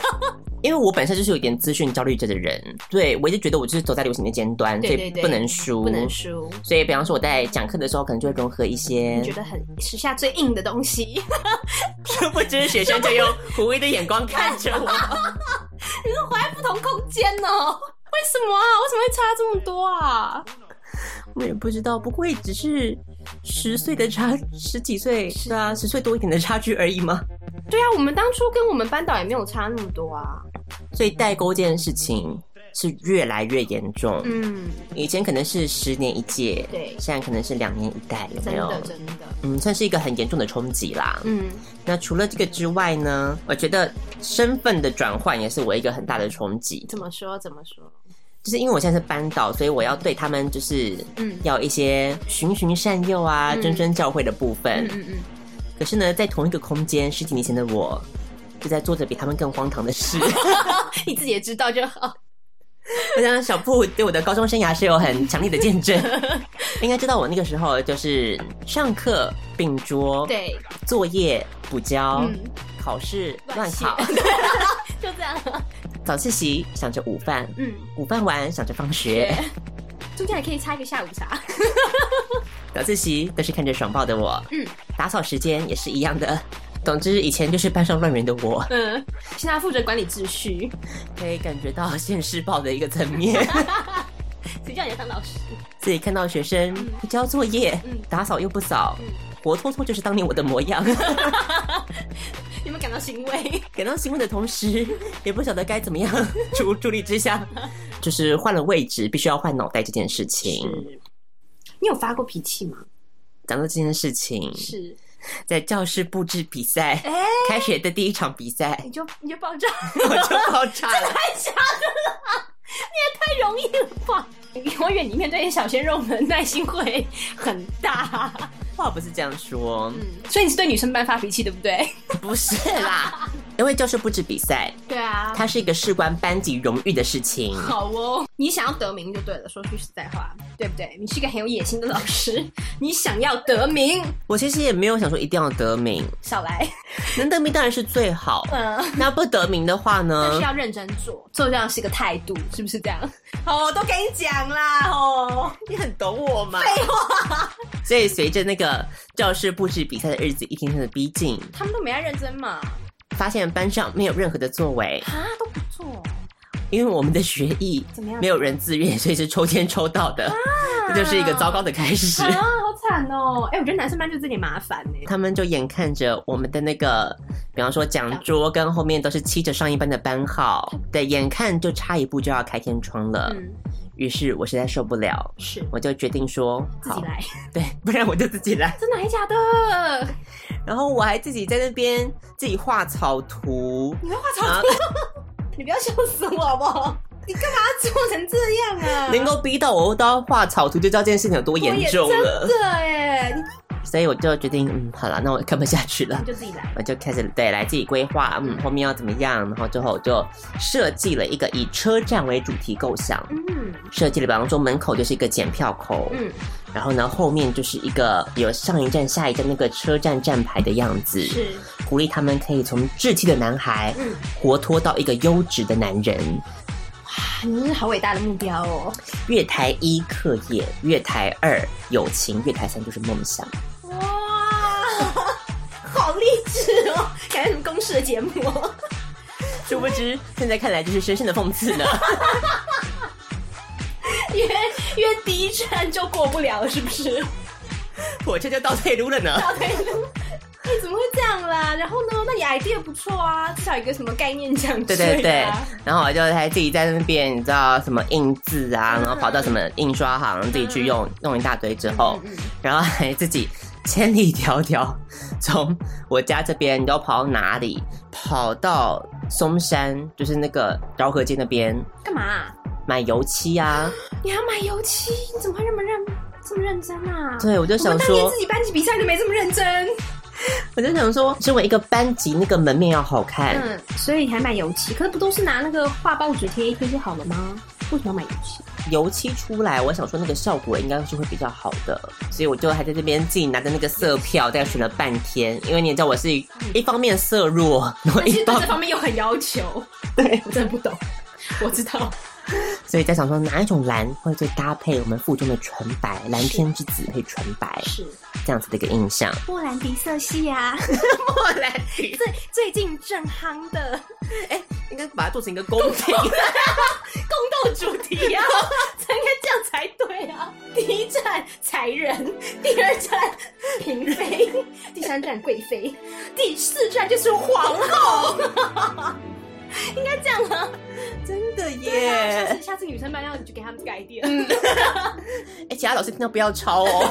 [SPEAKER 4] 因为我本身就是有点资讯焦虑症的人，对我一直觉得我就是走在流行的尖端，
[SPEAKER 5] 对对
[SPEAKER 4] 所
[SPEAKER 5] 对，
[SPEAKER 4] 以不能输，
[SPEAKER 5] 不能。输。
[SPEAKER 4] 所以，比方说我在讲课的时候，可能就会融合一些
[SPEAKER 5] 你觉得很时下最硬的东西，
[SPEAKER 4] 殊不知学生就用狐疑的眼光看着我。
[SPEAKER 5] 你们活在不同空间哦？ 为什么啊？为什么会差这么多啊？
[SPEAKER 4] 我也不知道，不过也只是十岁的差，十几岁是啊，十岁多一点的差距而已嘛。
[SPEAKER 5] 对啊，我们当初跟我们班导也没有差那么多啊。
[SPEAKER 4] 所以代沟这件事情是越来越严重。
[SPEAKER 5] 嗯，
[SPEAKER 4] 以前可能是十年一届，
[SPEAKER 5] 对
[SPEAKER 4] 现在可能是两年一代，有
[SPEAKER 5] 真
[SPEAKER 4] 没有？
[SPEAKER 5] 的真的，
[SPEAKER 4] 嗯，算是一个很严重的冲击啦。
[SPEAKER 5] 嗯，
[SPEAKER 4] 那除了这个之外呢，我觉得身份的转换也是我一个很大的冲击。
[SPEAKER 5] 怎么说怎么说？
[SPEAKER 4] 就是因为我现在是班导，所以我要对他们就是
[SPEAKER 5] 嗯
[SPEAKER 4] 要一些循循善诱啊、
[SPEAKER 5] 嗯
[SPEAKER 4] 谆谆教诲的部分。
[SPEAKER 5] 嗯嗯嗯，
[SPEAKER 4] 可是呢，在同一个空间，十几年前的我，就在做着比他们更荒唐的 事。
[SPEAKER 5] 你自己也知道就好。
[SPEAKER 4] 我想小布对我的高中生涯是有很强烈的见证， 应该知道我那个时候就是上课并桌，，
[SPEAKER 5] 对，
[SPEAKER 4] 作业补交，
[SPEAKER 5] 嗯
[SPEAKER 4] 考试乱
[SPEAKER 5] 写
[SPEAKER 4] 考，
[SPEAKER 5] 就这样。
[SPEAKER 4] 早自习想着午饭，
[SPEAKER 5] 嗯，
[SPEAKER 4] 午饭完想着放学，
[SPEAKER 5] 中间还可以插一个下午茶。
[SPEAKER 4] 早自习都是看着爽爆的我，
[SPEAKER 5] 嗯，
[SPEAKER 4] 打扫时间也是一样的。总之，以前就是班上乱源的我，
[SPEAKER 5] 嗯，现在负责管理秩序。
[SPEAKER 4] 可以感觉到现世报的一个层面。
[SPEAKER 5] 谁叫你要当老师？
[SPEAKER 4] 自己看到学生不交作业
[SPEAKER 5] 嗯，
[SPEAKER 4] 打扫又不扫，活脱脱就是当年我的模样。
[SPEAKER 5] 有没有感到欣慰？
[SPEAKER 4] 感到兴奋的同时，也不晓得该怎么样 助助力之 下，就是换了位置，必须要换脑袋这件事情。
[SPEAKER 5] 你有发过脾气吗？
[SPEAKER 4] 讲到这件事情，
[SPEAKER 5] 是，哎
[SPEAKER 4] 在教室布置比赛、开学的第一场比赛
[SPEAKER 5] 你，就你就 爆炸，
[SPEAKER 4] 我就爆炸 了。
[SPEAKER 5] 太假了啦！你也太容易了 吧？永远你面对小鲜肉们的耐心会很大，
[SPEAKER 4] 话不是这样说，哦
[SPEAKER 5] 所以你是对女生班发脾气，对不对？
[SPEAKER 4] 不是 啦，因为教室布置比赛，
[SPEAKER 5] 对啊，
[SPEAKER 4] 它是一个事关班级荣誉的事情。
[SPEAKER 5] 好哦，你想要得名就对了。说句实在话，对不对？你是一个很有野心的老 师，你想要得名，
[SPEAKER 4] 我其实也没有想说一定要得名，
[SPEAKER 5] 少来，
[SPEAKER 4] 能得名当然是最好。
[SPEAKER 5] 嗯。
[SPEAKER 4] 那不得名的话
[SPEAKER 5] 但
[SPEAKER 4] 呢
[SPEAKER 5] 是？要认真做，做这样是个态度，是不是这样？哦，都给你讲啦，哦，
[SPEAKER 4] 你很懂我嘛？废话。所以随着那个教室布置比赛的日子一天天的逼近，
[SPEAKER 5] 他们都没在认真嘛，
[SPEAKER 4] 发现班上没有任何的作为，
[SPEAKER 5] 啊，都不做，
[SPEAKER 4] 因为我们的学艺
[SPEAKER 5] 怎么样
[SPEAKER 4] 没有人自愿，所以是抽签抽到的，这就是一个糟糕的开始
[SPEAKER 5] 啊，。 好惨哦！哎、我觉得男生班就这点麻烦呢、
[SPEAKER 4] 他们就眼看着我们的那个，比方说讲桌跟后面都是漆着上一班的班号，对，眼看就差一步就要开天窗了。
[SPEAKER 5] 嗯，
[SPEAKER 4] 于是我实在受不了，
[SPEAKER 5] 是
[SPEAKER 4] 我就决定说，
[SPEAKER 5] 自己
[SPEAKER 4] 好，
[SPEAKER 5] 来，啊
[SPEAKER 4] 对，不然我就自己来。
[SPEAKER 5] 真的还假的？
[SPEAKER 4] 然后我还自己在那边自己画草 图，啊
[SPEAKER 5] 你会画草
[SPEAKER 4] 然后
[SPEAKER 5] 图？你不要笑死我好不好？你干嘛做成这样啊？
[SPEAKER 4] 能够逼到我都要画草图，就知道这件事情有多严重
[SPEAKER 5] 我也真
[SPEAKER 4] 了。
[SPEAKER 5] 的哎，你
[SPEAKER 4] 所以我就决定，嗯，好了，那我看不下去了
[SPEAKER 5] 你，就自己来，
[SPEAKER 4] 我就开始对来自己规划，嗯，后面要怎么样，然后最后我就设计了一个以车站为主题构想，
[SPEAKER 5] 嗯
[SPEAKER 4] 设计了，比方说门口就是一个检票口，
[SPEAKER 5] 嗯，
[SPEAKER 4] 然后呢后面就是一个有上一站下一站那个车站站牌的样子，
[SPEAKER 5] 是
[SPEAKER 4] 鼓励他们可以从稚气的男孩，
[SPEAKER 5] 嗯
[SPEAKER 4] 活脱到一个优质的男人。
[SPEAKER 5] 啊，你真是好伟大的目标哦！
[SPEAKER 4] 月台一课业，月台二友情，月台三就是梦想。
[SPEAKER 5] 哇，好励志哦，感觉什么公式的节目哦。
[SPEAKER 4] 殊不知，现在看来就是深深的讽刺呢。
[SPEAKER 5] 因为因为第一站就过不了，是不是？
[SPEAKER 4] 火车就倒退路了呢。
[SPEAKER 5] 倒退路。哎、怎么会这样啦？然后呢？那你 idea 不错啊，至少有一个什么概念讲、啊、
[SPEAKER 4] 对对对，然后我就还自己在那边，你知道什么印
[SPEAKER 5] 嗯嗯
[SPEAKER 4] 字啊，然后跑到什么印刷行自己去用，弄一大堆之后，然后还自己千里迢迢从我家这边，你知道跑到哪里？跑到松山，就是那个饶河街那边
[SPEAKER 5] 干嘛啊、
[SPEAKER 4] 买油漆啊。
[SPEAKER 5] 你还要买油漆？你怎么会那么认这么认真啊？
[SPEAKER 4] 对，我就
[SPEAKER 5] 我
[SPEAKER 4] 想
[SPEAKER 5] 们当年
[SPEAKER 4] 说
[SPEAKER 5] 自，己班级比赛都没这么认真。
[SPEAKER 4] 我就想说，身为一个班级，那个门面要好看。
[SPEAKER 5] 嗯，所以你还买油漆？可是不都是拿那个画报纸贴一贴就好了吗？为什么要买油漆？
[SPEAKER 4] 油漆出来，我想说那个效果应该是会比较好的，所以我就还在这边自己拿着那个色票，大概选了半天。因为你也知道我是一一方面色弱，然后
[SPEAKER 5] 但
[SPEAKER 4] 一
[SPEAKER 5] 是对
[SPEAKER 4] 方
[SPEAKER 5] 这方面又很要 求。对，我真的不懂。我知道，
[SPEAKER 4] 所以在想说哪一种蓝会最搭配我们腹中的纯白，蓝天之子配纯白
[SPEAKER 5] 是
[SPEAKER 4] 这样子的一个印象。
[SPEAKER 5] 莫兰迪色系啊，莫兰迪最最近正夯的
[SPEAKER 4] 应该把它做成一个宫廷，
[SPEAKER 5] 宫斗主题啊， 才应该这样才对啊！第一站才人，第二站嫔妃， 第三站贵妃，第四站就是皇后， 应该这样啊！
[SPEAKER 4] 真的
[SPEAKER 5] 对啊下
[SPEAKER 4] 耶！
[SPEAKER 5] 次下次女生班要你就给他们这个 idea，、
[SPEAKER 4] 哎，其他老师听到不要抄哦。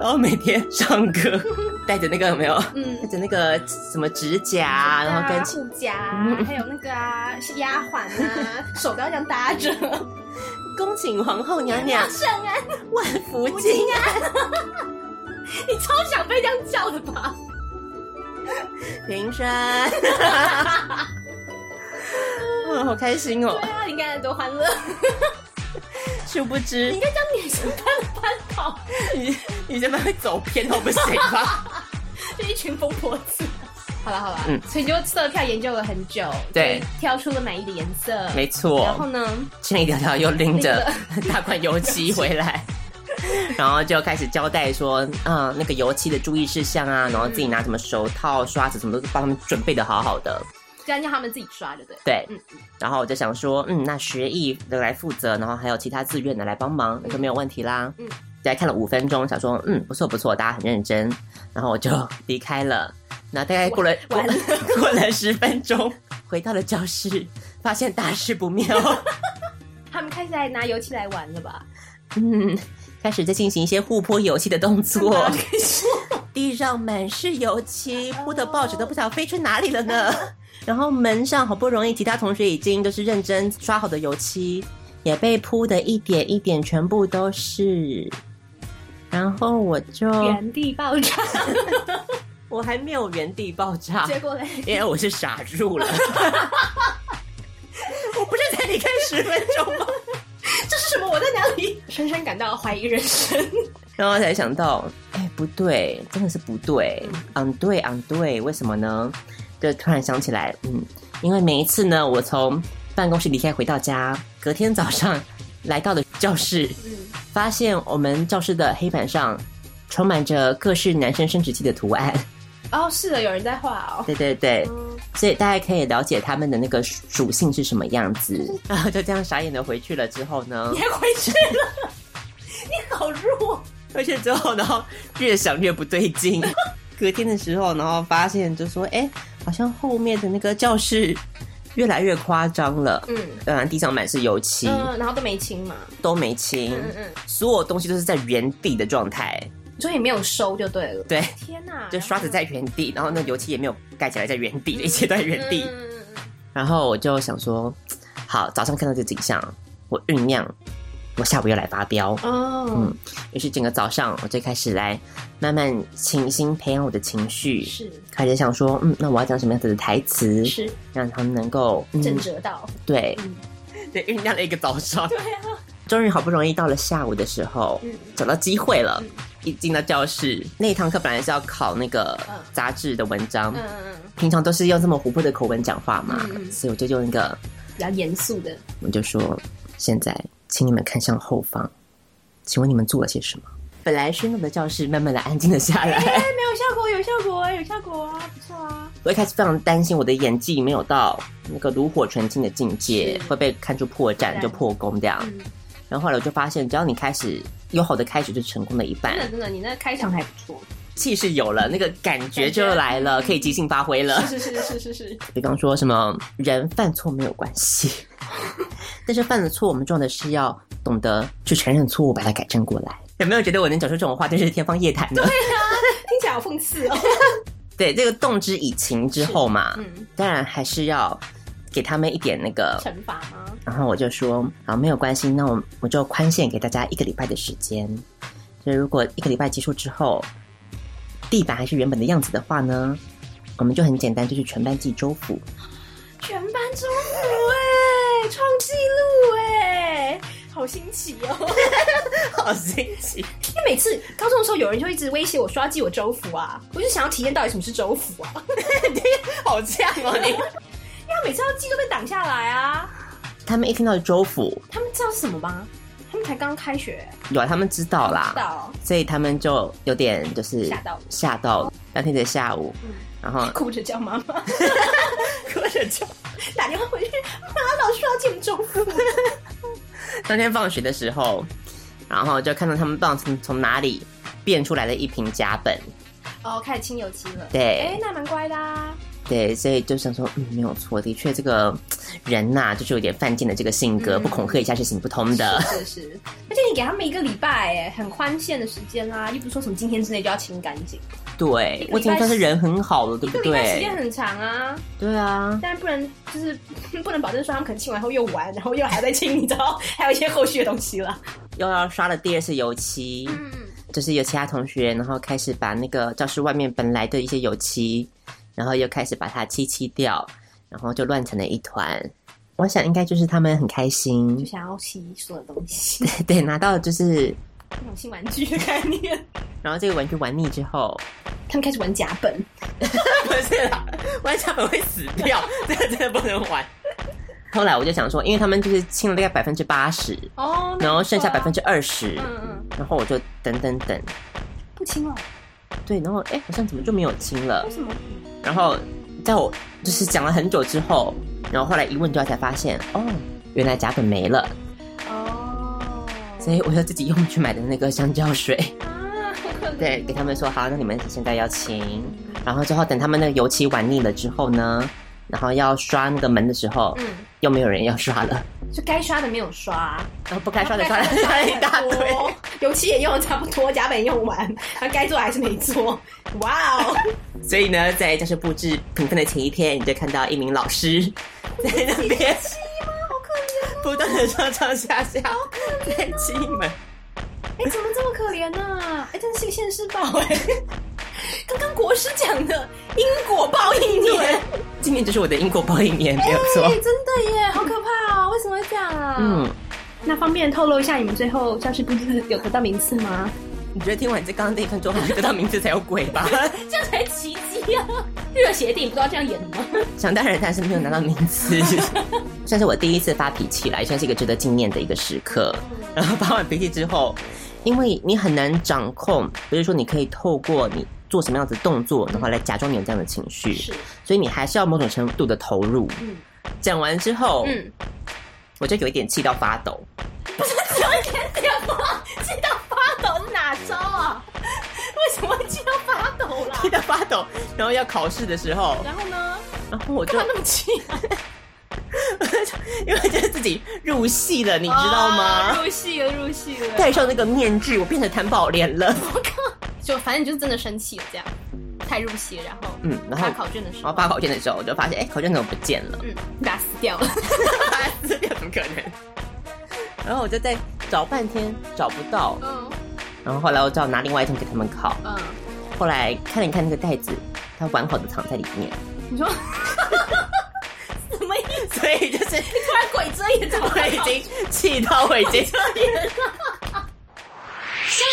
[SPEAKER 4] 然后每天上课，带着那个有没有？
[SPEAKER 5] 嗯
[SPEAKER 4] 带着那个什么指甲，啊然后跟嗯
[SPEAKER 5] 护甲啊，还有那个啊是丫鬟啊，手都要这样搭 着，
[SPEAKER 4] 恭请皇后娘娘
[SPEAKER 5] 圣安，
[SPEAKER 4] 万福金
[SPEAKER 5] 啊
[SPEAKER 4] 安。
[SPEAKER 5] 你超想被这样叫的吧？
[SPEAKER 4] 平身，哇，好开心哦
[SPEAKER 5] 对！啊，你看多欢乐！
[SPEAKER 4] 殊不知
[SPEAKER 5] 你应该当女生班的班导，
[SPEAKER 4] 你你这边会走偏，我不行 吧？
[SPEAKER 5] 就一群疯婆子。好了好了，
[SPEAKER 4] 嗯
[SPEAKER 5] 所以就色票研究了很久，
[SPEAKER 4] 对，
[SPEAKER 5] 挑出了满意的颜色，
[SPEAKER 4] 没
[SPEAKER 5] 然后
[SPEAKER 4] 错，
[SPEAKER 5] 呢，
[SPEAKER 4] 千里迢迢又拎 着大罐油漆回来，然后就开始交代说，嗯，那个油漆的注意事项啊，然后自己拿什么手套、刷子什么都帮他们准备的好好的。
[SPEAKER 5] 这样叫他们自己刷就对。
[SPEAKER 4] 对
[SPEAKER 5] 嗯，
[SPEAKER 4] 然后我就想说，嗯，那学艺的来负责，然后还有其他志愿的来帮忙，那就没有问题啦。
[SPEAKER 5] 嗯
[SPEAKER 4] 嗯，大家看了五分钟，想说，嗯，不错不错，大家很认真，然后我就离开了。那大概过了过
[SPEAKER 5] 完了
[SPEAKER 4] 过了十分钟，回到了教室，发现大事不妙，
[SPEAKER 5] 他们开始来拿油漆来玩了吧？
[SPEAKER 4] 嗯，开始在进行一些互泼油漆的动作
[SPEAKER 5] 干嘛，
[SPEAKER 4] 地上满是油漆，铺的报纸都不晓得飞去哪里了呢。 然后门上好不容易，其他同学已经都是认真刷好的油漆，也被铺的一点一点，全部都是。然后我就
[SPEAKER 5] 原地爆炸，
[SPEAKER 4] 我还没有原地爆炸，
[SPEAKER 5] 结果嘞，
[SPEAKER 4] 因为我是傻住 了。我不是才离开十分钟吗？
[SPEAKER 5] 这是什么？我在哪里？深深感到怀疑人生。
[SPEAKER 4] 然后才想到，哎、不对，真的是不对，嗯，对，嗯，对，为什么呢？就突然想起来，嗯，因为每一次呢，我从办公室离开回到家，隔天早上来到了教室，发现我们教室的黑板上充满着各式男生生殖器的图案，
[SPEAKER 5] 哦，是的，有人在画哦。
[SPEAKER 4] 对对对，所以大家可以了解他们的那个属性是什么样子。然后就这样傻眼的回去了之后呢
[SPEAKER 5] 你，还回去了？ 你好弱！
[SPEAKER 4] 而且之后，然后越想越不对劲。 隔天的时候，然后发现就说，哎、好像后面的那个教室越来越夸张了。
[SPEAKER 5] 嗯
[SPEAKER 4] 当然地上满是油漆，
[SPEAKER 5] 嗯，然后都没清嘛，
[SPEAKER 4] 都没清，
[SPEAKER 5] 嗯嗯，
[SPEAKER 4] 所有东西都是在原地的状态。
[SPEAKER 5] 所以没有收就对了。
[SPEAKER 4] 对，
[SPEAKER 5] 天哪！
[SPEAKER 4] 就刷子在原地，然后那油漆也没有盖起来，在原地，一切都在原地。
[SPEAKER 5] 嗯嗯嗯
[SPEAKER 4] 然后我就想说，好，早上看到这景象，我酝酿，我下午要来发飙。
[SPEAKER 5] 哦
[SPEAKER 4] 嗯，于是整个早上，我就开始来慢慢潜心培养我的情绪，
[SPEAKER 5] 是
[SPEAKER 4] 开始想说，嗯，那我要讲什么样子的台词，
[SPEAKER 5] 是
[SPEAKER 4] 让他们能够、嗯
[SPEAKER 5] 正折到，嗯
[SPEAKER 4] 对，对，酝酿了一个早 上，对啊，终于好不容易到了下午的时候，
[SPEAKER 5] 嗯
[SPEAKER 4] 找到机会了。一进到教室，那一堂课本来是要考那个杂志的文章，
[SPEAKER 5] 嗯嗯嗯，
[SPEAKER 4] 平常都是用这么活泼的口吻讲话嘛，所以我就用一个
[SPEAKER 5] 比较严肃的。
[SPEAKER 4] 我就说：“现在，请你们看向后方，请问你们做了些什么？”本来喧闹的教室慢慢的安静了下来。
[SPEAKER 5] 哎，没有效果，有效果，有效果啊，不错啊。
[SPEAKER 4] 我一开始非常担心我的演技没有到那个炉火纯青的境界，会被看出破绽就破功这样。
[SPEAKER 5] 嗯
[SPEAKER 4] 然后后来我就发现，只要你开始有好的开始，就成功了一半
[SPEAKER 5] 真，的真的，你那开场还不错。嗯
[SPEAKER 4] 气势有了，那个感觉就来了，可以即兴发挥了。
[SPEAKER 5] 是是是是是，
[SPEAKER 4] 比方说什么人犯错没有关系，但是犯了错，我们重要的是要懂得去承认错误，把它改正过来。有没有觉得我能讲出这种话，真是天方夜谭呢？
[SPEAKER 5] 听起来好讽刺哦。
[SPEAKER 4] 对，这个动之以情之后嘛，
[SPEAKER 5] 嗯，
[SPEAKER 4] 当然还是要给他们一点那个。
[SPEAKER 5] 惩罚吗？
[SPEAKER 4] 然后我就说，啊，没有关系，那我我就宽限给大家一个礼拜的时间。所以如果一个礼拜结束之后，地板还是原本的样子的话呢，我们就很简单，就是全班记周府。
[SPEAKER 5] 全班中午哎、创纪录哎、好新奇哦！
[SPEAKER 4] 好新奇！
[SPEAKER 5] 因为每次高中的时候，有人就一直威胁我说要寄我周服啊，我就想要体验到底什么是周服 啊。好呛哦你！因为他每次要寄都被挡下来啊。
[SPEAKER 4] 他们一听到周府，
[SPEAKER 5] 他们知道是什么吗？他们才刚开学，
[SPEAKER 4] 有啊，他们知道啦，
[SPEAKER 5] 知道哦
[SPEAKER 4] 所以他们就有点就是
[SPEAKER 5] 吓到了嗯
[SPEAKER 4] 吓到了。当天的下午，然后
[SPEAKER 5] 哭着叫妈妈， 哭着叫，打电话回去，妈，老师要寄我们周服。
[SPEAKER 4] 当天放学的时候，然后就看到他们不知道从从哪里变出来了一瓶甲苯，
[SPEAKER 5] 哦，开始清油漆了。
[SPEAKER 4] 对
[SPEAKER 5] 哎、那蛮乖的啊。
[SPEAKER 4] 对，所以就想说，嗯，没有错，的确这个人呐、就是有点犯贱的这个性格，
[SPEAKER 5] 嗯
[SPEAKER 4] 不恐吓一下是行不通的。
[SPEAKER 5] 是是是，而且你给他们一个礼拜，哎，很宽限的时间啊啦、又不是说什么今天之内就要清干净，
[SPEAKER 4] 对，
[SPEAKER 5] 一个礼拜
[SPEAKER 4] 我已经算是人很好了，对
[SPEAKER 5] 一
[SPEAKER 4] 不
[SPEAKER 5] 个礼拜时
[SPEAKER 4] 对
[SPEAKER 5] 间？很长啊，
[SPEAKER 4] 对啊，
[SPEAKER 5] 但不能就是 不能保证说他们可能清完后又玩，然后又还在清，你知道， 还有一些后续的东西啦。
[SPEAKER 4] 又要刷了第二次油漆，
[SPEAKER 5] 嗯，
[SPEAKER 4] 就是有其他同学，然后开始把那个教室外面本来的一些油漆，然后又开始把它漆漆掉，然后就乱成了一团。我想应该就是他们很开
[SPEAKER 5] 就
[SPEAKER 4] 心，
[SPEAKER 5] 想要吸所有东西，
[SPEAKER 4] 对，拿到就是，
[SPEAKER 5] 那种新玩具的概念。
[SPEAKER 4] 然后这个玩具玩腻之后，
[SPEAKER 5] 他们开始玩甲本，
[SPEAKER 4] 不是啦，玩家们会死掉，这个真的不能玩。后来我就想说，因为他们就是清了大概百分之八十，
[SPEAKER 5] 哦
[SPEAKER 4] 然后剩下百分之二十，
[SPEAKER 5] 嗯嗯，
[SPEAKER 4] 然后我就等等等，
[SPEAKER 5] 不清了，
[SPEAKER 4] 对，然后哎，好像怎么就没有清了
[SPEAKER 5] 为？什么？
[SPEAKER 4] 然后在我就是讲了很久之后，然后后来一问之后才发现，哦，原来甲苯没了，
[SPEAKER 5] 哦，
[SPEAKER 4] 所以我就自己用去买的那个香蕉水，
[SPEAKER 5] 啊，
[SPEAKER 4] 对，给他们说好，那你们现在要清，然后之后等他们那个油漆玩腻了之后呢，然后要刷那个门的时候，
[SPEAKER 5] 嗯，
[SPEAKER 4] 又没有人要刷了，
[SPEAKER 5] 就该刷的没有刷，
[SPEAKER 4] 然后不该刷的刷了刷了一大堆，
[SPEAKER 5] 哦，油漆也用的差不多，甲本用完，他该做还是没做，哇哦！
[SPEAKER 4] 所以呢，在教室布置评分的前一天，你就看到一名老师在那边不断的上上下下在漆门。
[SPEAKER 5] 哎、怎么这么可怜呐、哎、真是个现世报哎、刚刚国师讲的因果报应年，
[SPEAKER 4] 今年就是我的因果报应年，没有
[SPEAKER 5] 哎、
[SPEAKER 4] 错。
[SPEAKER 5] 真的耶，好可怕哦！为什么会这样啊？
[SPEAKER 4] 嗯，，
[SPEAKER 5] 那方便透露一下你们最后教室布置有得到名次吗？
[SPEAKER 4] 你觉得听完这刚刚这一分钟，还是得到名字才有鬼吧？
[SPEAKER 5] 这样才奇迹啊！热血电影不知道这样演的吗？
[SPEAKER 4] 想当然，但是没有拿到名 次，算是我第一次发脾气来，算是一个值得纪念的一个时刻。
[SPEAKER 5] 嗯
[SPEAKER 4] 然后发完脾气之后，因为你很难掌控，不是说你可以透过你做什么样子的动作，然后来假装你有这样的情绪，所以你还是要某种程度的投入。
[SPEAKER 5] 嗯
[SPEAKER 4] 讲完之后，
[SPEAKER 5] 嗯，
[SPEAKER 4] 我就有一点气到发抖，
[SPEAKER 5] 只有一点点吗？气到发抖是哪招啊？为什么会气到发抖啦
[SPEAKER 4] 气？到发抖，然后要考试的时候，
[SPEAKER 5] 然后呢？
[SPEAKER 4] 然后我就
[SPEAKER 5] 干嘛那么气、啊？
[SPEAKER 4] 因为觉得自己入戏啊了，你知道吗？
[SPEAKER 5] 啊入戏了，入戏了。
[SPEAKER 4] 戴上那个面具，我变成谭宝莲了。
[SPEAKER 5] 就反正你就是真的生气了，这样太入戏了，然后
[SPEAKER 4] 嗯然后
[SPEAKER 5] 发考卷的时
[SPEAKER 4] 然后
[SPEAKER 5] 候，
[SPEAKER 4] 发考卷的时候，我就发现，哎、考卷怎么不见 了？
[SPEAKER 5] 嗯，你把它撕掉了，
[SPEAKER 4] 把它撕掉，怎么可能？然后我就在找半天找不到，
[SPEAKER 5] 嗯
[SPEAKER 4] 然后后来我找拿另外一张给他们考，
[SPEAKER 5] 嗯，
[SPEAKER 4] 后来看了一看那个袋子，它完好的藏在里面，
[SPEAKER 5] 你说什么意思？
[SPEAKER 4] 所以就是
[SPEAKER 5] 突然鬼遮眼，怎么
[SPEAKER 4] 我
[SPEAKER 5] 会
[SPEAKER 4] 已经气到我已经
[SPEAKER 5] 休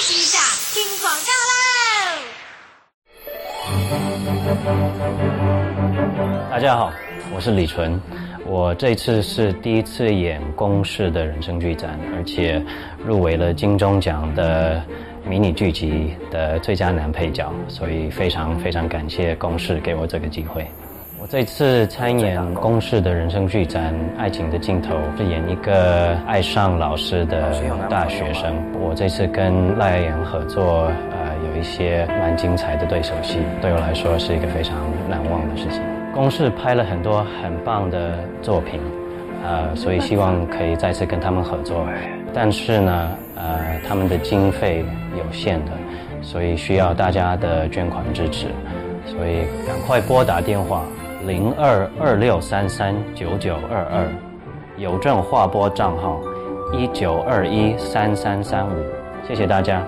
[SPEAKER 5] 息一下，听广告啦。
[SPEAKER 9] 大家好，我是李纯，我这次是第一次演公式的人生剧展，而且入围了金钟奖的迷你剧集的最佳男配角，所以非常非常感谢公式给我这个机会。我这次参演公式的人生剧展《爱情的尽头》，是演一个爱上老师的大学生。我这次跟赖阳合作，呃，有一些蛮精彩的对手戏，对我来说是一个非常难忘的事情。公式拍了很多很棒的作品，呃，所以希望可以再次跟他们合作。但是呢，呃，他们的经费有限的，所以需要大家的捐款支持，所以赶快拨打电话零二二六三三九九二二，邮政划拨账号一九二一三三三五，谢谢大家。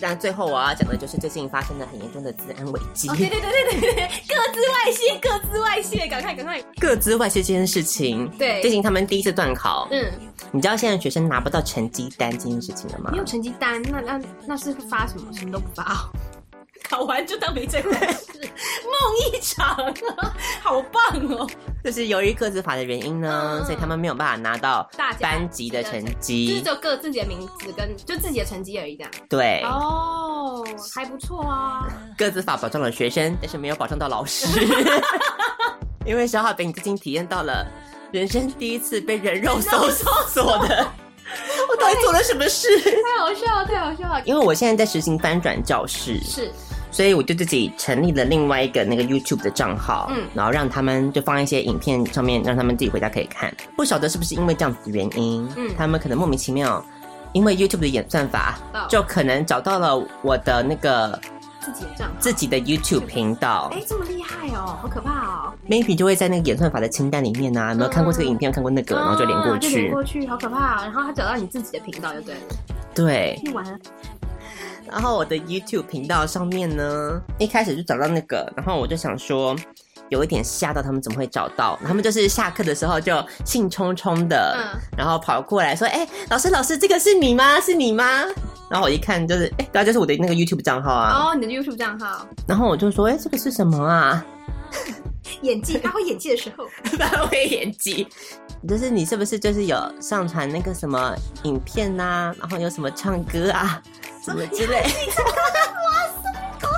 [SPEAKER 4] 那最后我要讲的就是最近发生的很严重的治安危机
[SPEAKER 5] 哦，，对对对对对对，各自外泄，各自外泄，赶快赶快，
[SPEAKER 4] 各自外泄这件事情。
[SPEAKER 5] 对
[SPEAKER 4] 最近他们第一次断考，
[SPEAKER 5] 嗯，
[SPEAKER 4] 你知道现在学生拿不到成绩单这件事情了吗
[SPEAKER 5] 没？有成绩单，那那那是发什么？什么都不发哦，考完就当没这回事，梦一场啊，好棒哦！
[SPEAKER 4] 就是由于各自法的原因呢，
[SPEAKER 5] 嗯
[SPEAKER 4] 所以他们没有办法拿到
[SPEAKER 5] 大家
[SPEAKER 4] 班级的成
[SPEAKER 5] 就是
[SPEAKER 4] 绩
[SPEAKER 5] 只。有各自己的名字跟就自己的成绩而已，这样。
[SPEAKER 4] 对，
[SPEAKER 5] 哦，还不错啊。
[SPEAKER 4] 各自法保障了学生，但是没有保障到老师。 因为小好饼最近体验到了人生第一次被人肉 搜索的， 我到底做了什么事？
[SPEAKER 5] 太好笑了，太好笑 了。
[SPEAKER 4] 因为我现在在实行翻转教室，
[SPEAKER 5] 是，
[SPEAKER 4] 所以我就自己成立了另外一个那个 YouTube 的账号，
[SPEAKER 5] 嗯
[SPEAKER 4] 然后让他们就放一些影片上面，让他们自己回家可以看。不晓得是不是因为这样子的原因，
[SPEAKER 5] 嗯
[SPEAKER 4] 他们可能莫名其妙，因为 YouTube 的演算法啊
[SPEAKER 5] 哦，
[SPEAKER 4] 就可能找到了我的那个
[SPEAKER 5] 自己的账号。
[SPEAKER 4] 自己的 YouTube 频道
[SPEAKER 5] 哎，这么厉害哦，好可怕哦。
[SPEAKER 4] ，maybe 就会在那个演算法的清单里面啊，有没有看过这个影片，看过那个，然后就连过
[SPEAKER 5] 啊就
[SPEAKER 4] 去
[SPEAKER 5] 连，过去，好可怕、哦。然后他找到你自己的频道就对了，
[SPEAKER 4] 对。
[SPEAKER 5] 去玩。
[SPEAKER 4] 然后我的 YouTube 频道上面呢，一开始就找到那个，然后我就想说，有一点吓到他们怎么会找到？他们就是下课的时候就兴冲冲的，
[SPEAKER 5] 嗯
[SPEAKER 4] 然后跑过来说：“哎、老师，老师，这个是你吗？是你吗？”然后我一看就是，哎、对啊，就是我的那个 YouTube 账号啊。
[SPEAKER 5] 哦，你的 YouTube 账号，
[SPEAKER 4] 然后我就说：“哎、这个是什么啊
[SPEAKER 5] 演技，他会演技的时候，？”
[SPEAKER 4] 发挥演技。就是你是不是就是有上传那个什么影片呐、然后有什么唱歌啊，什么之类？啊超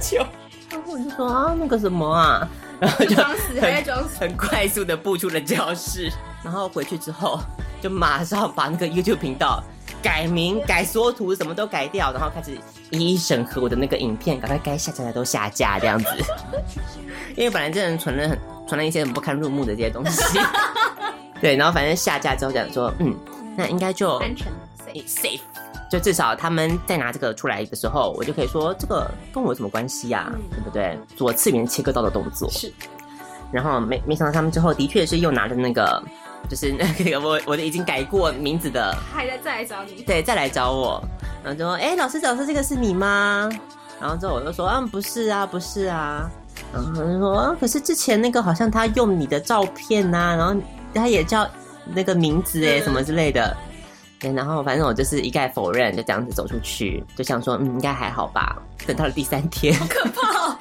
[SPEAKER 4] 久。然后我就说啊，那个什么啊，然后
[SPEAKER 5] 就
[SPEAKER 4] 就
[SPEAKER 5] 装死，还在装死。
[SPEAKER 4] 很快速的步出了教室，然后回去之后就马上把那个 YouTube 频道改名、改缩图，什么都改掉，然后开始一一审核我的那个影片，赶快该下架的都下架这样子。因为本来这人存了很存了一些很不堪入目的这些东西， 对，然后反正下架之后讲说，嗯，那应该就
[SPEAKER 5] 安全
[SPEAKER 4] safe，就至少他们在拿这个出来的时候，我就可以说这个跟我有什么关系呀、
[SPEAKER 5] 嗯
[SPEAKER 4] 对不对？左次元切割到的动作
[SPEAKER 5] 是。
[SPEAKER 4] 然后没没想到他们之后的确是又拿着那个，就是那个我我的已经改过名字的，
[SPEAKER 5] 还在再来找你，
[SPEAKER 4] 对，再来找我，然后就说，哎、老师老师这个是你吗？然后之后我就说，嗯、不是啊，不是啊。然后他就说，啊，可是之前那个好像他用你的照片呐、然后他也叫那个名字哎、
[SPEAKER 5] 嗯
[SPEAKER 4] 什么之类的。对，然后反正我就是一概否认，就这样子走出去，就想说，嗯，应该还好吧。等到了第三天，
[SPEAKER 5] 可怕、哦，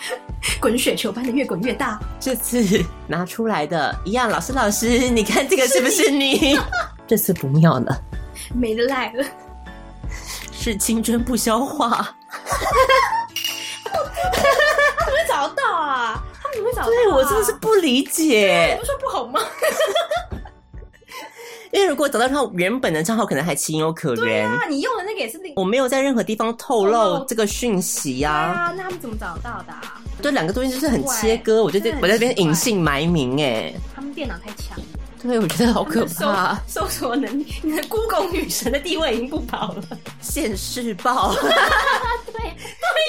[SPEAKER 5] 滚雪球般的越滚越大。
[SPEAKER 4] 这次拿出来的一样，老师老师，你看这个是不是 你？这次不妙了，
[SPEAKER 5] 没得赖了，
[SPEAKER 4] 是青春不消化。
[SPEAKER 5] 他们会找得到啊？他们怎么会找得到、
[SPEAKER 4] 对我真的是，不理解
[SPEAKER 5] 不，是说不好吗？
[SPEAKER 4] 因为如果找到他原本的账号，可能还情有可
[SPEAKER 5] 对
[SPEAKER 4] 原。
[SPEAKER 5] 啊， 你用的那个也是另
[SPEAKER 4] 我没有在任何地方透
[SPEAKER 5] 透
[SPEAKER 4] 露
[SPEAKER 5] 露
[SPEAKER 4] 这个讯息呀、啊，
[SPEAKER 5] 啊，那他们怎么找得到的、啊？
[SPEAKER 4] 这两个东西就是很切割。
[SPEAKER 5] 对
[SPEAKER 4] 我觉得
[SPEAKER 5] 真的很
[SPEAKER 4] 我在这边
[SPEAKER 5] 奇怪
[SPEAKER 4] 隐姓埋名、哎，
[SPEAKER 5] 他们电脑太强了，
[SPEAKER 4] 对，我觉得好可
[SPEAKER 5] 他
[SPEAKER 4] 怕
[SPEAKER 5] 们，搜搜索能力，你的 Google 女神的地位已经不保 了。
[SPEAKER 4] 现世报。
[SPEAKER 5] 对，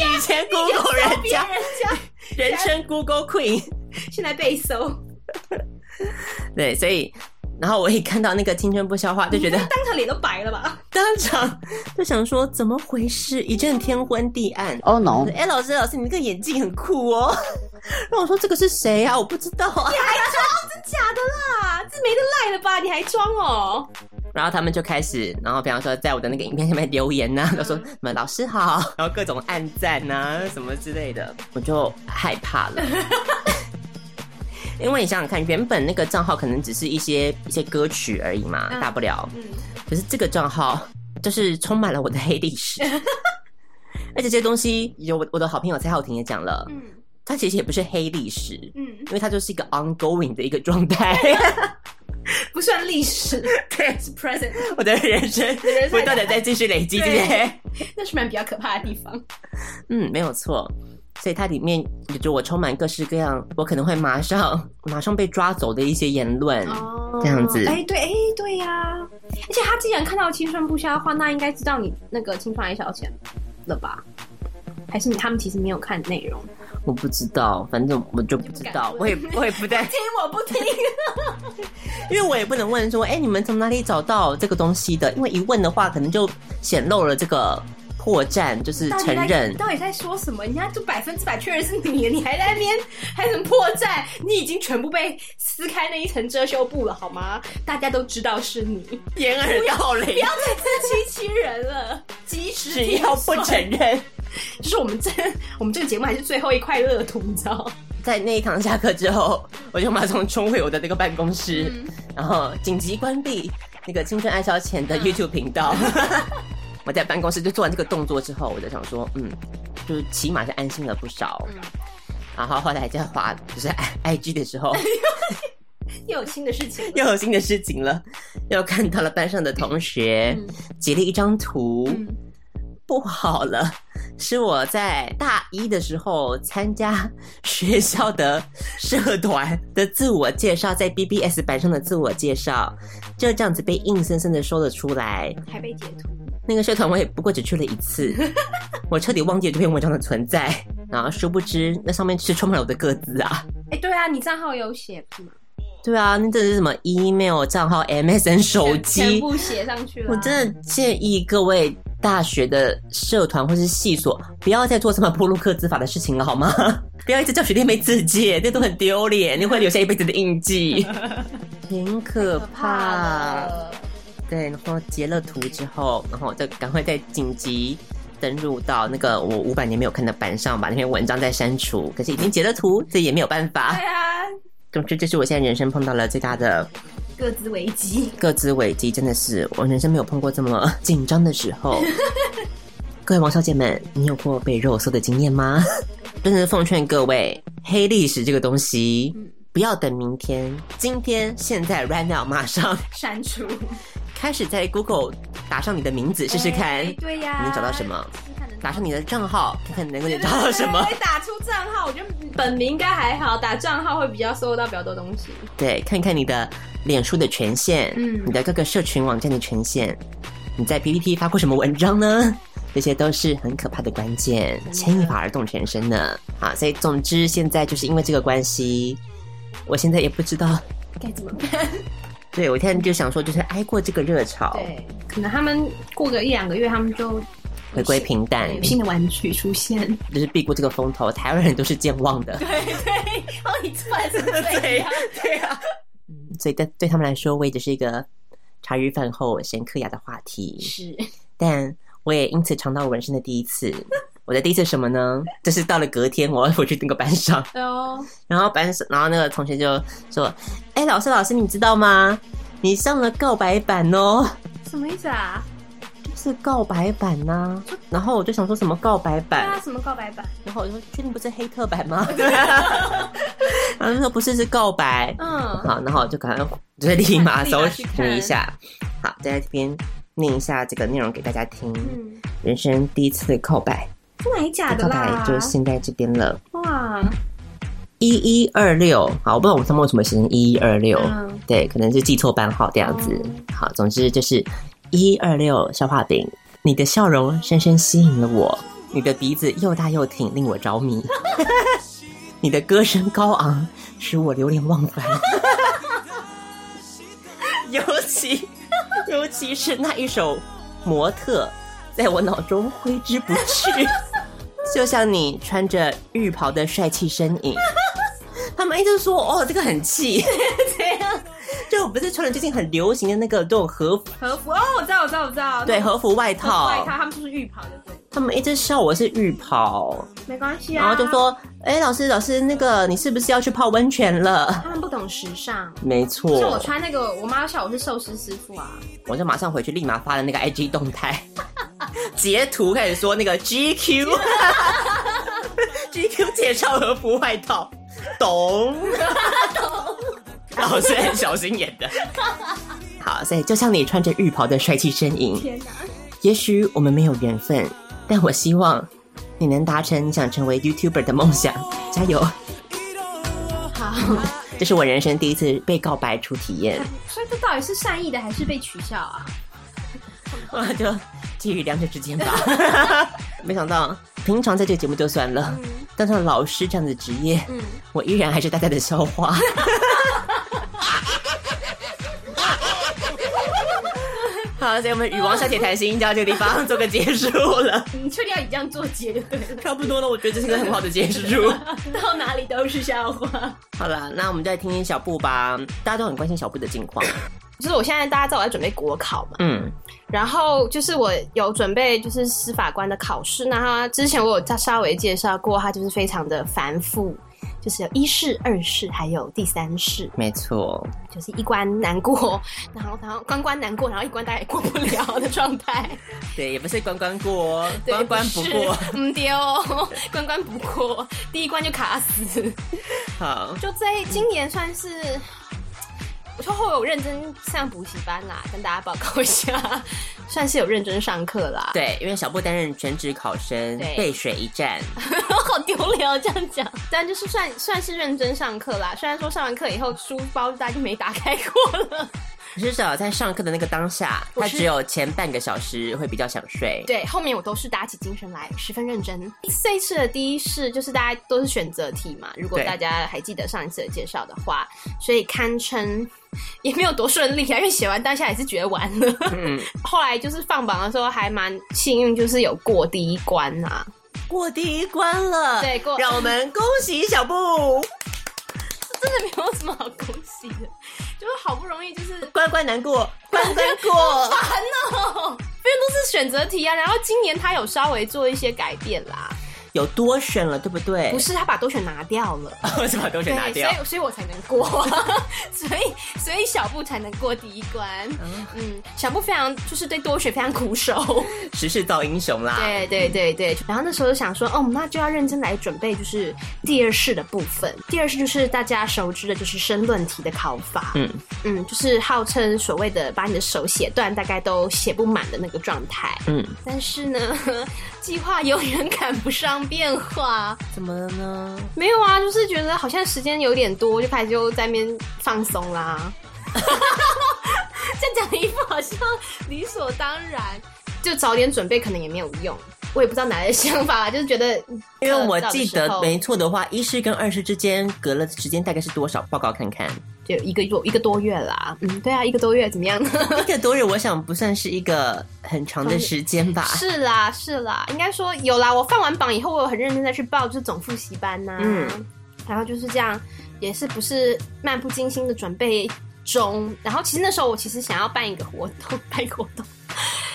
[SPEAKER 4] 以前 Google 人
[SPEAKER 5] 别
[SPEAKER 4] 家
[SPEAKER 5] 人家
[SPEAKER 4] 人称 Google Queen，
[SPEAKER 5] 现在被搜，
[SPEAKER 4] 对，所以，然后我一看到那个青春不消化，就觉得
[SPEAKER 5] 当场脸都白了 吧？
[SPEAKER 4] 当场就想说怎么回事，一阵天昏地暗。
[SPEAKER 10] Oh no！
[SPEAKER 4] 哎、老师，老师，你那个眼镜很酷哦。 让我说这个是谁啊？我不知道啊。
[SPEAKER 5] 哎假的啦，这没得赖了吧？你还装哦？
[SPEAKER 4] 然后他们就开始，然后比方说在我的那个影片下面留言呐、
[SPEAKER 5] 嗯
[SPEAKER 4] 都说什么老师 好，然后各种暗赞呐、什么之类的，我就害怕了。 因为你想想看，原本那个账号可能只是一些一些歌曲而已嘛，
[SPEAKER 5] 嗯
[SPEAKER 4] 大不了。
[SPEAKER 5] 嗯，
[SPEAKER 4] 可是这个账号就是充满了我的黑历 史，而且这些东西有我我的好朋友蔡浩庭也讲了，
[SPEAKER 5] 嗯
[SPEAKER 4] 他其实也不是黑历史，
[SPEAKER 5] 嗯
[SPEAKER 4] 因为它就是一个 ongoing 的一个状态。
[SPEAKER 5] 不算 历史，对，是 present，
[SPEAKER 4] 我的人生
[SPEAKER 5] 人生
[SPEAKER 4] 不断的在继续累积这些。
[SPEAKER 5] 那是蛮比较可怕的地方。
[SPEAKER 4] 嗯，没有错。所以它里面有着我充满各式各样，我可能会马上马上被抓走的一些言论。
[SPEAKER 5] 哦
[SPEAKER 4] 这样子
[SPEAKER 5] 哎，对，哎，对呀、而且他既然看到青春不肖的话，那应该知道你那个青春爱消遣了吧？还是你他们其实没有看内容？
[SPEAKER 4] 我不知道，反正我就不知道，我也我也不在，
[SPEAKER 5] 听我不听，
[SPEAKER 4] 因为我也不能问说，哎、你们从哪里找到这个东西的？因为一问的话，可能就显露了这个破绽，就是
[SPEAKER 5] 到底
[SPEAKER 4] 承
[SPEAKER 5] 在
[SPEAKER 4] 认。
[SPEAKER 5] 到底在说什么？人家就百分之百确认是你，你还在那边还很破绽，你已经全部被撕开那一层遮羞布了，好吗？大家都知道是你，
[SPEAKER 4] 掩耳盗铃
[SPEAKER 5] 不要再自欺欺人了，及时
[SPEAKER 4] 只要不
[SPEAKER 5] 停损
[SPEAKER 4] 承认，
[SPEAKER 5] 就是我们这我们这个节目还是最后一块乐土，你知道？
[SPEAKER 4] 在那一堂下课之后，我就马上冲回我的那个办公室，然后紧急关闭那个青春爱消遣的 YouTube 频道。我在办公室就做完这个动作之后，我就想说，嗯，就是起码是安心了不少。然后后来在滑就是 IG 的时候，
[SPEAKER 5] 又有新的事情 了，
[SPEAKER 4] 又有新的事情了，
[SPEAKER 5] 嗯
[SPEAKER 4] 又看到了班上的同学截了一张图，
[SPEAKER 5] 嗯
[SPEAKER 4] 不好了，是我在大一的时候参加学校的社团的自我介绍，在 BBS 版上的自我介绍，就这样子被硬生生的说了出来。
[SPEAKER 5] 还被截图。
[SPEAKER 4] 那个社团我也不过只去了一 次，我彻底忘记了这篇文章的存在。然后殊不知，那上面是充满了我的个子啊。
[SPEAKER 5] 哎、对啊，你账号有写吗？
[SPEAKER 4] 对啊，那这是什么 email 账号、MSN 手机，
[SPEAKER 5] 全部写上去了。
[SPEAKER 4] 我真的建议各位大学的社团或是系所，不要再做什么破路克执法的事情了，好吗？ 不要一直叫学弟妹自荐，这都很丢脸，你会留下一辈子的印 记，很可怕。对，然后截了图之后，然后再赶快再紧急登录到那个我五百年没有看的版上，把那篇文章再删除。可是已经截了图，这也没有办法
[SPEAKER 5] 对。啊，
[SPEAKER 4] 总之，这是我现在人生碰到了最大的
[SPEAKER 5] 各自危机。
[SPEAKER 4] 各自危机，真的是我人生没有碰过这么紧张的时 候。各位王小姐们，你有过被肉搜的经验吗？ 真的是奉劝各位，黑历史这个东西，不要等明天，今天、现在、right now，马上
[SPEAKER 5] 删除，
[SPEAKER 4] 开始在 Google 打上你的名字试试看，
[SPEAKER 5] 哎对呀、
[SPEAKER 4] 你能找到什么？
[SPEAKER 5] 试试看能找
[SPEAKER 4] 打
[SPEAKER 5] 到
[SPEAKER 4] 上你的账号，看看你能够找到什么
[SPEAKER 5] 对？对对打出账号，我觉得本名应该还好，打账号会比较搜到比较多东西。
[SPEAKER 4] 对，看看你的脸书的权限，
[SPEAKER 5] 嗯
[SPEAKER 4] 你的各个社群网站的权限，你在 PPT 发过什么文章 呢？这些都是很可怕的关键，牵一发而动全身呢。啊，所以总之现在就是因为这个关系，我现在也不知道，
[SPEAKER 5] 该怎么办？
[SPEAKER 4] 对我现在就想说，就是挨过这个热潮，
[SPEAKER 5] 对，可能他们过个一两个月，他们就
[SPEAKER 4] 回归平淡，
[SPEAKER 5] 有新的玩具出现。
[SPEAKER 4] 就是避过这个风头。台湾人都是健忘的，
[SPEAKER 5] 对对，然后你突然是这样，对啊，
[SPEAKER 4] 所以对对他们来说，我也只是一个茶余饭后闲嗑牙的话题。
[SPEAKER 5] 是
[SPEAKER 4] 但我也因此尝到我人生的第一次。我的第一次是什么呢？就是到了隔天，我要回去那个班上，
[SPEAKER 5] 哦，
[SPEAKER 4] 然后班上，然后那个同学就说：“哎、老师，老师，你知道吗？你上了告白版哦，
[SPEAKER 5] 什么意思啊？
[SPEAKER 4] 是告白版呐、然后我就想说什么告白
[SPEAKER 5] 对
[SPEAKER 4] 版，
[SPEAKER 5] 啊，什么告白版？
[SPEAKER 4] 然后我就说：“确定不是黑特版 吗？”然后就说：“不是，是告白。”
[SPEAKER 5] 嗯，
[SPEAKER 4] 好，然后就赶快就是立马
[SPEAKER 5] 立
[SPEAKER 4] 搜
[SPEAKER 5] 马去
[SPEAKER 4] 寻
[SPEAKER 5] 看
[SPEAKER 4] 一下。好，在这边念一下这个内容给大家听。
[SPEAKER 5] 嗯，
[SPEAKER 4] 人生第一次的告白。
[SPEAKER 5] 真的还假的
[SPEAKER 4] 大概
[SPEAKER 5] 啦？
[SPEAKER 4] 就现在这边了，
[SPEAKER 5] 哇，
[SPEAKER 4] 一一二六。好，我不知道我们他们为什么写成一一二六
[SPEAKER 5] 嗯，哦
[SPEAKER 4] 对，可能是记错班号这样子。好，总之就是一一二六消化饼，你的笑容深深吸引了我，你的鼻子又大又挺，令我着 迷。你的歌声高昂，使我流连忘 返。 尤其， 尤其是那一首《模特》，在我脑中挥之不去， 就像你穿着浴袍的帅气身 影。他们一直说：“哦，这个很气。”
[SPEAKER 5] 啊
[SPEAKER 4] 就不是穿了最近很流行的那个这种和服，
[SPEAKER 5] 和服哦，我知道，我知道，我知道，
[SPEAKER 4] 对
[SPEAKER 5] 那种
[SPEAKER 4] 和服外
[SPEAKER 5] 和服
[SPEAKER 4] 套，
[SPEAKER 5] 外套，他们就是浴袍的，对，
[SPEAKER 4] 他们一直笑我是浴袍，
[SPEAKER 5] 没关系啊。
[SPEAKER 4] 然后就说：“哎、老师，老师，那个你是不是要去泡温泉了
[SPEAKER 5] 他们不懂时尚。？”
[SPEAKER 4] 没错，
[SPEAKER 5] 像我穿那个，我妈笑我是寿司师傅啊，
[SPEAKER 4] 我就马上回去立马发了那个 IG 动态， 截图开始说那个 GQ，GQ 介绍和服外套，懂懂。哦，是很小心演 的。好，所以就像你穿着浴袍的帅气身影，
[SPEAKER 5] 天哪！
[SPEAKER 4] 也许我们没有缘分，但我希望你能达成想成为 YouTuber 的梦想，加油！
[SPEAKER 5] 好，
[SPEAKER 4] 这是我人生第一次被告白初体验，
[SPEAKER 7] 所以这到底是善意的还是被取笑啊？
[SPEAKER 4] 那就基于两者之间吧。 没想到平常在这个节目就算
[SPEAKER 5] 嗯
[SPEAKER 4] 了，当上老师这样的职业，我依然还是大家的笑 话。好，所以我们与王小姐谈心到这个地方做个结束了，
[SPEAKER 5] 你确定要以这样做结就对了，
[SPEAKER 4] 差不多了，我觉得这是一个很好的结 束。
[SPEAKER 5] 到哪里都是笑 话。
[SPEAKER 4] 好了，那我们再听听小布吧，大家都很关心小布的近况。
[SPEAKER 5] 就是我现在大家知道我在准备国考嘛，
[SPEAKER 4] 嗯，
[SPEAKER 5] 然后就是我有准备就是司法官的考试，那他之前我有稍微介绍过，他就是非常的繁复，就是有一试、二试，还有第三试，
[SPEAKER 4] 没错，
[SPEAKER 5] 就是一关难过， 然后然后关关难过，然后一关大概也过不了的 状态，
[SPEAKER 4] 对，也不是关关过哦，
[SPEAKER 5] 对
[SPEAKER 4] 关关不过。，
[SPEAKER 5] 嗯丢、哦，关关不过，第一关就卡死，
[SPEAKER 4] 好，
[SPEAKER 5] 就在今年算是。我就后来有认真上补习班啦，跟大家报告一下， 算是有认真上课啦。
[SPEAKER 4] 对，因为小布担任全职考生，
[SPEAKER 5] 对
[SPEAKER 4] 背水一 战。
[SPEAKER 5] 好丢脸哦，这样讲。但就是算算是认真上课啦，虽然说上完课以后书包大家就没打开过了。
[SPEAKER 4] 至少在上课的那个当下，
[SPEAKER 5] 我
[SPEAKER 4] 他
[SPEAKER 5] 是
[SPEAKER 4] 只有前半个小时会比较想睡。
[SPEAKER 5] 对，后面我都是打起精神来，十分认真。这一次的第一试就是大家都是选择题嘛，如果
[SPEAKER 4] 对
[SPEAKER 5] 大家还记得上一次的介绍的话，所以堪称也没有多顺利啊，因为写完当下也是觉得完了。
[SPEAKER 4] 嗯，
[SPEAKER 5] 后来就是放榜的时候还蛮幸运，就是有过第一关 啊。
[SPEAKER 4] 过第一关了，
[SPEAKER 5] 对过
[SPEAKER 4] 让我们恭喜小布。
[SPEAKER 5] 真的没有什么好恭喜的，就是好不容易就是
[SPEAKER 4] 关关难 过，关关过。
[SPEAKER 5] 烦哦，因为都是选择题啊。然后今年他有稍微做一些改变啦，
[SPEAKER 4] 有多选了，对不对？
[SPEAKER 5] 不，是他把多选拿掉了，
[SPEAKER 4] 我是把多选哎啊拿
[SPEAKER 5] 对，
[SPEAKER 4] 掉
[SPEAKER 5] 所。以所以我才能过， 所以所以小布才能过第一关。嗯，小布非常就是对多选非常苦手，
[SPEAKER 4] 时势造英雄啦。
[SPEAKER 5] 对对对对。然后那时候就想说，哦，那就要认真来准备，就是第二试的部分。第二试就是大家熟知的，就是申论题的考法。
[SPEAKER 4] 嗯
[SPEAKER 5] 嗯，就是号称所谓的把你的手写断，大概都写不满的那个状态。
[SPEAKER 4] 嗯，
[SPEAKER 5] 但是呢， 计划永远赶不上变化。
[SPEAKER 4] 怎么了呢？
[SPEAKER 5] 没有啊，就是觉得好像时间有点多，就开始就在那边放松 啦。 这样讲一副好像理所当然，就早点准备可能也没有用。我也不知道哪来的想法啦，就是觉得，
[SPEAKER 4] 因为我记
[SPEAKER 5] 到的时
[SPEAKER 4] 得
[SPEAKER 5] 候
[SPEAKER 4] 没错的话，一试跟二试之间隔了时间大概是多少？报告看看。
[SPEAKER 5] 就一个多一个多月啦。嗯，对啊，一个多月怎么样呢？
[SPEAKER 4] 一个多月，我想不算是一个很长的时间吧。
[SPEAKER 5] 是啦，是啦，应该说有啦。我放完榜以后，我有很认真的去报，就是总复习班呐、
[SPEAKER 4] 嗯
[SPEAKER 5] 然后就是这样，也是不是漫不经心的准备中。然后其实那时候我其实想要办一个活动， 办一个活动。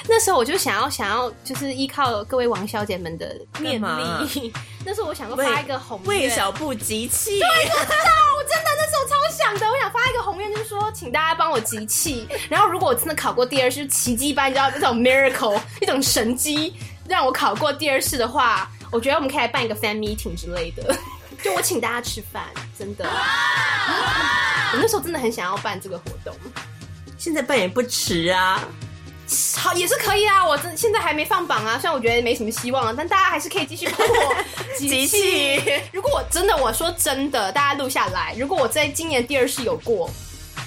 [SPEAKER 5] 那时候我就想要想要就是依靠各位王小姐们的念
[SPEAKER 4] 干嘛
[SPEAKER 5] 力， 那时候我想说
[SPEAKER 4] 为
[SPEAKER 5] 发一个红
[SPEAKER 4] 为
[SPEAKER 5] 月，
[SPEAKER 4] 小布集气，
[SPEAKER 5] 我真的那时候超想的，我想发一个宏愿，就是说请大家帮我集气。然后如果我真的考过第二试，奇迹般，你知道那种 miracle，一种神机，让我考过第二试的话，我觉得我们可以来办一个 fan meeting 之类的，就我请大家吃饭，真的。我那时候真的很想要办这个活动，
[SPEAKER 4] 现在扮演不迟啊。
[SPEAKER 5] 好也是可以啊。我真现在还没放榜啊，虽然我觉得没什么希望了，啊但大家还是可以继续 帮我集
[SPEAKER 4] 集气。
[SPEAKER 5] 如果我真的，我说真的，大家录下来。如果我在今年第二试有过，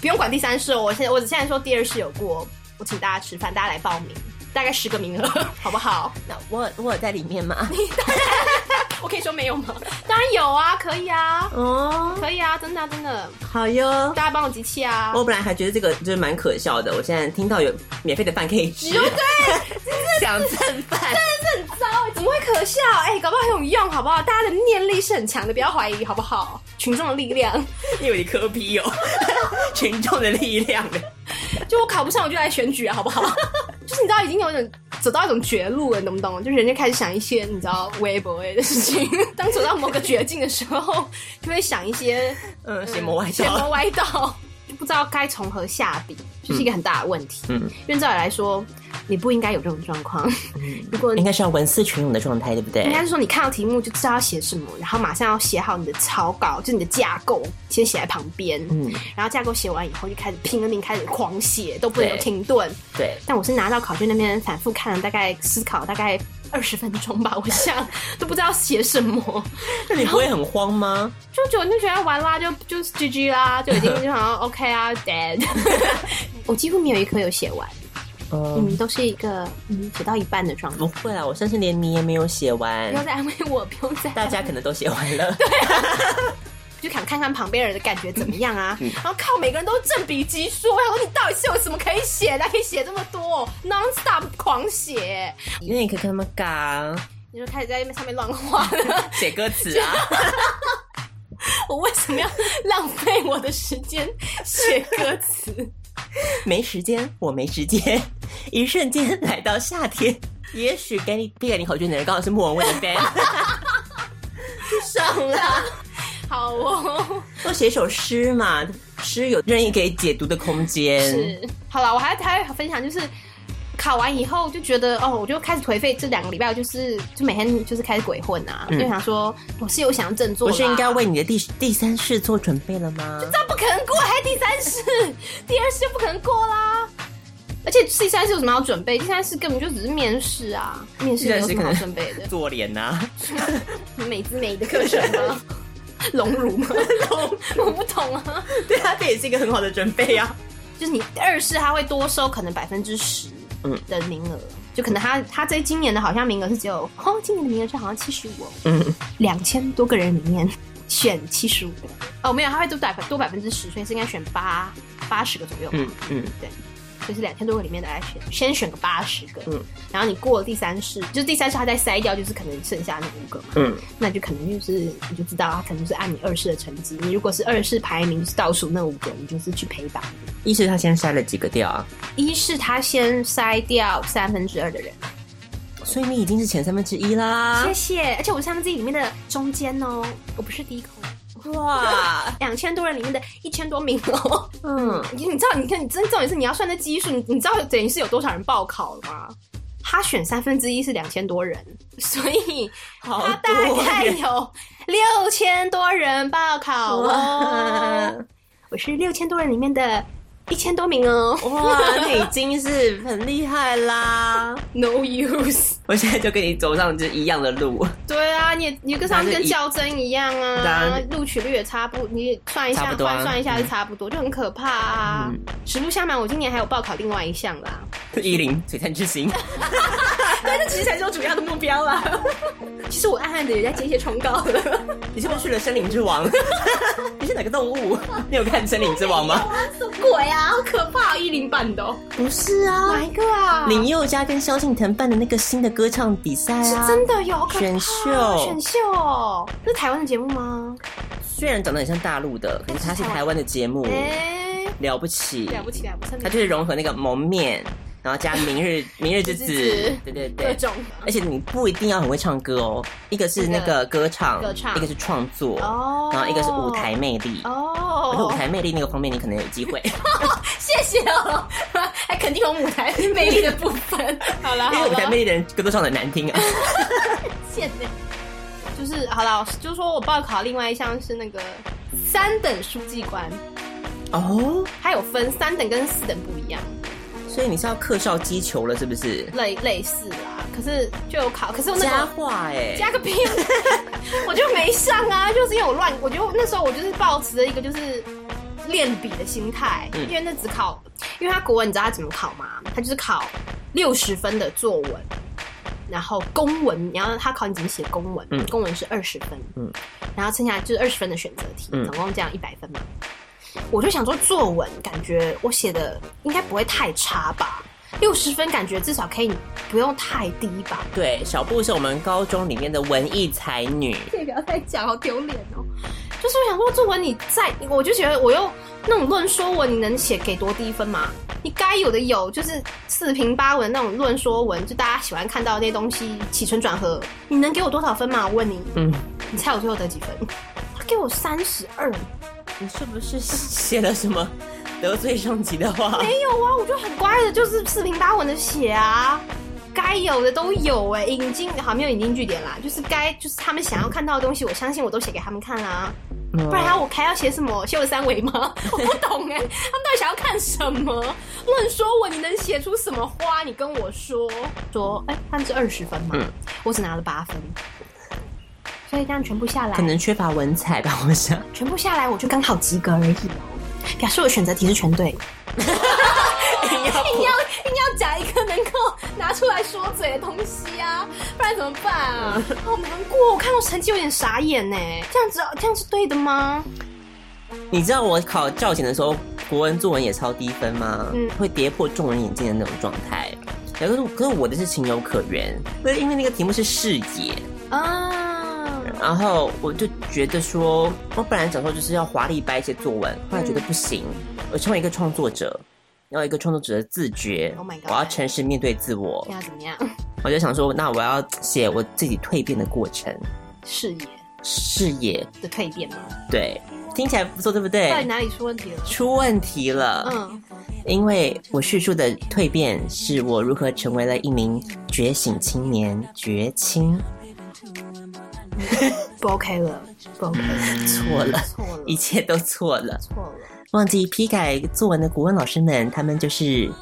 [SPEAKER 5] 不用管第三试哦。我现在我只现在说第二试有过，我请大家吃饭，大家来报名，大概十个名额， 好不好？
[SPEAKER 4] 那我我有在里面 吗？
[SPEAKER 5] 我可以说没有吗？当然有啊，可以啊，
[SPEAKER 4] 哦，
[SPEAKER 5] 可以啊，真的啊、真的，
[SPEAKER 4] 好哟。
[SPEAKER 5] 大家帮我集气啊。
[SPEAKER 4] 我本来还觉得这个就是蛮可笑的，我现在听到有免费的饭可以吃， 想蹭饭。
[SPEAKER 5] 糟，欸怎么会可笑？哎、搞不好很有用，好不好？大家的念力是很强的，不要怀疑，好不好？群众的力量，
[SPEAKER 4] 你有 一科批哦，群众的力量。
[SPEAKER 5] 就我考不上，我就来选举啊，好不好？ 就是你知道，已经有点走到一种绝路了，你懂不懂？就人家开始想一些你知道微博的事情， 当走到某个绝境的时候，就会想一些
[SPEAKER 4] 嗯，邪魔外
[SPEAKER 5] 邪魔
[SPEAKER 4] 道。
[SPEAKER 5] 歪道，就不知道该从何下笔，这、是一个很大的问题。
[SPEAKER 4] 嗯
[SPEAKER 5] 因为照理来说，你不应该有这种状况。 如果你
[SPEAKER 4] 应该是要文思泉涌的状态，对不对？
[SPEAKER 5] 应该是说，你看到题目就知道要写什么，然后马上要写好你的草稿，就是你的架构，先写在旁边。
[SPEAKER 4] 嗯，
[SPEAKER 5] 然后架构写完以后，就开始拼了命开始狂写，都不能有
[SPEAKER 4] 对
[SPEAKER 5] 停顿。
[SPEAKER 4] 对，
[SPEAKER 5] 但我是拿到考卷那边反复看了大概思考大概二十分钟吧，我想都不知道写什么，
[SPEAKER 4] 那你不会很慌吗？
[SPEAKER 5] 就就就觉得完啦，就就是 GG 啦，就已经就想要 OK 啊，dead。我几乎没有一科有写完，
[SPEAKER 4] 嗯，
[SPEAKER 5] 嗯，都是一个嗯写到一半的状态
[SPEAKER 4] 不。会啊，我相信连你也没有写完
[SPEAKER 5] 不，要再安慰我，不用再
[SPEAKER 4] 大家可能都写完了。
[SPEAKER 5] 就想看看旁边人的感觉怎么样
[SPEAKER 4] 嗯
[SPEAKER 5] 啊。然后靠，每个人都正比级数，我想说你到底是有什么可以写的，可以写这么多，non stop 狂写，
[SPEAKER 4] 因为你可以跟他们嘎
[SPEAKER 5] 你就开始在上面乱画 了。
[SPEAKER 4] 写歌词啊，
[SPEAKER 5] 我为什么要浪费我的时间写歌词？
[SPEAKER 4] 没时间，我没时间。 一瞬间来到夏天，也许给你批改你考卷的人刚好是莫文蔚的 fan，
[SPEAKER 5] 上 啦，好哦，
[SPEAKER 4] 多写一首诗嘛，诗有任意可以解读的空间。
[SPEAKER 5] 是好了，我还还分享就是。考完以后就觉得哦，我就开始颓废。这两个礼拜我就是就每天就是开始鬼混啊，
[SPEAKER 4] 嗯
[SPEAKER 5] 就想说我是有想要振作
[SPEAKER 4] 不
[SPEAKER 5] 啦，
[SPEAKER 4] 是应该为你的第第三世做准备了吗？
[SPEAKER 5] 这不可能过，还第三世，第二世就不可能过啦。而且第三世有什么好准备？第三世根本就只是面试啊，面试有什么好准备 的？
[SPEAKER 4] 做脸呐、
[SPEAKER 5] 美姿美仪的课程吗？隆乳吗？我不懂啊。
[SPEAKER 4] 对啊，这也是一个很好的准备啊。
[SPEAKER 5] 就是你二世他会多收可能百分之十
[SPEAKER 4] 嗯
[SPEAKER 5] 的名额，就可能他他这今年的好像名额是只有哦，今年的名额是好像七十五，哦
[SPEAKER 4] 嗯，
[SPEAKER 5] 两千多个人里面选七十五个，哦没有，他会多百分多百分之十，所以是应该选八八十个左右吧，
[SPEAKER 4] 嗯嗯，
[SPEAKER 5] 对，就是两千多个里面大概选先选个八十个，
[SPEAKER 4] 嗯，
[SPEAKER 5] 然后你过了第三世，就是第三世他再筛掉，就是可能剩下那五个嘛，
[SPEAKER 4] 嗯，
[SPEAKER 5] 那就可能就是你就知道他可能就是按你二世的成绩，你如果是二世排名就是倒数那五个，你就是去陪榜。
[SPEAKER 4] 一是他先筛了几个掉啊，
[SPEAKER 5] 一是他先筛掉三分之二的人，
[SPEAKER 4] 所以你已经是前三分之一啦
[SPEAKER 5] 谢。谢。而且我是三分之一里面的中间哦，我不是第一口，
[SPEAKER 4] 哇，
[SPEAKER 5] 两千多人里面的一千多名哦。
[SPEAKER 4] 嗯，
[SPEAKER 5] 你你知道，你看，你真重点是你要算那基数，你你知道等于是有多少人报考了吗？他选三分之一是两千多人，所以
[SPEAKER 4] 好
[SPEAKER 5] 他大概
[SPEAKER 4] 人
[SPEAKER 5] 有六千多人报考
[SPEAKER 4] 哇
[SPEAKER 5] 哦。我是六千多人里面的一千多名哦。
[SPEAKER 4] 哇，你已经是很厉害啦！
[SPEAKER 5] No use。
[SPEAKER 4] 我现在就跟你走上这一样的路，
[SPEAKER 5] 对啊，你也你跟上次跟较真一样
[SPEAKER 4] 当
[SPEAKER 5] 啊
[SPEAKER 4] 然，
[SPEAKER 5] 录取率也差不，你也算一下
[SPEAKER 4] 差不多啊
[SPEAKER 5] 换算一下是差不多，就很可怕啊
[SPEAKER 4] 嗯。
[SPEAKER 5] 实不相瞒，我今年还有报考另外一项 啦。
[SPEAKER 4] 一零璀璨之星，
[SPEAKER 5] 对，这其实才是我主要的目标啦。 其实我暗暗的也在接一些忠告了。
[SPEAKER 4] 你是不是去了森林之王？ 你是哪个动物？你有看森林之王吗？
[SPEAKER 5] 什么鬼啊？好可怕！一零版的哦，
[SPEAKER 4] 不是啊
[SPEAKER 5] 哪，一个啊？
[SPEAKER 4] 林宥嘉跟萧敬腾办的那个新的歌唱比赛
[SPEAKER 5] 是
[SPEAKER 4] 啊，
[SPEAKER 5] 真的有好可怕
[SPEAKER 4] 选秀
[SPEAKER 5] 选秀哦，这是台湾的节目吗？
[SPEAKER 4] 虽然长得很像大陆的，可是它是台湾的节目，
[SPEAKER 5] 哎，
[SPEAKER 4] 了不起，
[SPEAKER 5] 了不起了不起，
[SPEAKER 4] 它就是融合那个蒙面，然后加明 日明日之子
[SPEAKER 5] 明日之子，
[SPEAKER 4] 对对对
[SPEAKER 5] 各，种
[SPEAKER 4] 而且你不一定要很会唱歌哦，一个是那个歌唱，
[SPEAKER 5] 歌唱
[SPEAKER 4] 一个是创作，
[SPEAKER 5] 哦
[SPEAKER 4] 然后一个是舞台魅力。
[SPEAKER 5] 哦
[SPEAKER 4] 我觉得舞台魅力那个方面，你可能有机会，
[SPEAKER 5] 谢谢哦， 还肯定有舞台魅力的部 分。好了，
[SPEAKER 4] 因
[SPEAKER 5] 好
[SPEAKER 4] 为舞台魅
[SPEAKER 5] 了，
[SPEAKER 4] 力的人歌都唱的难听啊。
[SPEAKER 5] 现在就是好了，就是说我报考另外一项是那个三等书记官，
[SPEAKER 4] 哦，
[SPEAKER 5] 它有分三等跟四等不一样，
[SPEAKER 4] 所以你是要客少击球了，是不是？
[SPEAKER 5] 类类似啦。可是就有考，可是我那
[SPEAKER 4] 佳
[SPEAKER 5] 个
[SPEAKER 4] 话哎，
[SPEAKER 5] 加个 屁，我就没上啊，就是因为我乱，我就那时候我就是抱持了一个就是练笔的心态，
[SPEAKER 4] 嗯
[SPEAKER 5] 因为那只考，因为他国文你知道他怎么考吗？他就是考六十分的作文。然后公文，然后他考你怎么写公文，
[SPEAKER 4] 嗯
[SPEAKER 5] 公文是二十分，
[SPEAKER 4] 嗯
[SPEAKER 5] 然后剩下就是二十分的选择题，
[SPEAKER 4] 嗯
[SPEAKER 5] 总共这样一百分嘛。我就想说，作文感觉我写的应该不会太差吧，六十分感觉至少可以不用太低吧。
[SPEAKER 4] 对，小布是我们高中里面的文艺才女，
[SPEAKER 5] 也不要再讲，好丢脸哦。就是我想说，作文你在，我就觉得我用那种论说文，你能写给多低分吗？你该有的有，就是四平八稳那种论说文，就大家喜欢看到的那些东西，起承转合，你能给我多少分吗？我问你，
[SPEAKER 4] 嗯，
[SPEAKER 5] 你猜我最后得几分？他给我三十二，
[SPEAKER 4] 你是不是写了什么得罪上级的话，
[SPEAKER 5] 没有啊，我就很乖的，就是四平八稳的写啊，该有的都有哎、引经好没有引经据典啦，就是该就是他们想要看到的东西，我相信我都写给他们看啊，不然还要我还要写什么修了三维吗？ 我不懂哎、他们到底想要看什么？论说我你能写出什么花？你跟我说说，哎、他们是二十分嘛，我只拿了八分，所以这样全部下来
[SPEAKER 4] 可能缺乏文采吧，我想。
[SPEAKER 5] 全部下来我就刚好及格而已，哦表示我选择题是全 对。硬要硬要讲一个能够拿出来说嘴的东西啊，不然怎么办啊？好难过，我看到成绩有点傻眼呢。这样子这样是对的吗？
[SPEAKER 4] 你知道我考教检的时候，国文作文也超低分吗？
[SPEAKER 5] 嗯
[SPEAKER 4] 会跌破众人眼镜的那种状态。然后可是可是我的是情有可原，那因为那个题目是视野，
[SPEAKER 5] 啊，
[SPEAKER 4] 然后我就觉得说，我本来想说就是要华丽掰一些作文，后来觉得不行，
[SPEAKER 5] 嗯
[SPEAKER 4] 我成为一个创作者，要有一个创作者的自觉
[SPEAKER 5] Oh my god
[SPEAKER 4] 我要诚实面对自我
[SPEAKER 5] 这，样怎么样？
[SPEAKER 4] 我就想说，那我要写我自己蜕变的过程，
[SPEAKER 5] 视野
[SPEAKER 4] 视野
[SPEAKER 5] 的蜕变吗？
[SPEAKER 4] 对，听起来不错，对不对
[SPEAKER 5] 到？底哪里出问题了？
[SPEAKER 4] 出问题了，。
[SPEAKER 5] 嗯，
[SPEAKER 4] 因为我叙述的蜕变是我如何成为了一名觉醒青年，觉青
[SPEAKER 5] 不 OK 了，不 OK 了，
[SPEAKER 4] 错了，
[SPEAKER 5] 错 了，
[SPEAKER 4] 一切都错了。
[SPEAKER 5] 错了。
[SPEAKER 4] 忘记批改作文的古文老师们，他们就是，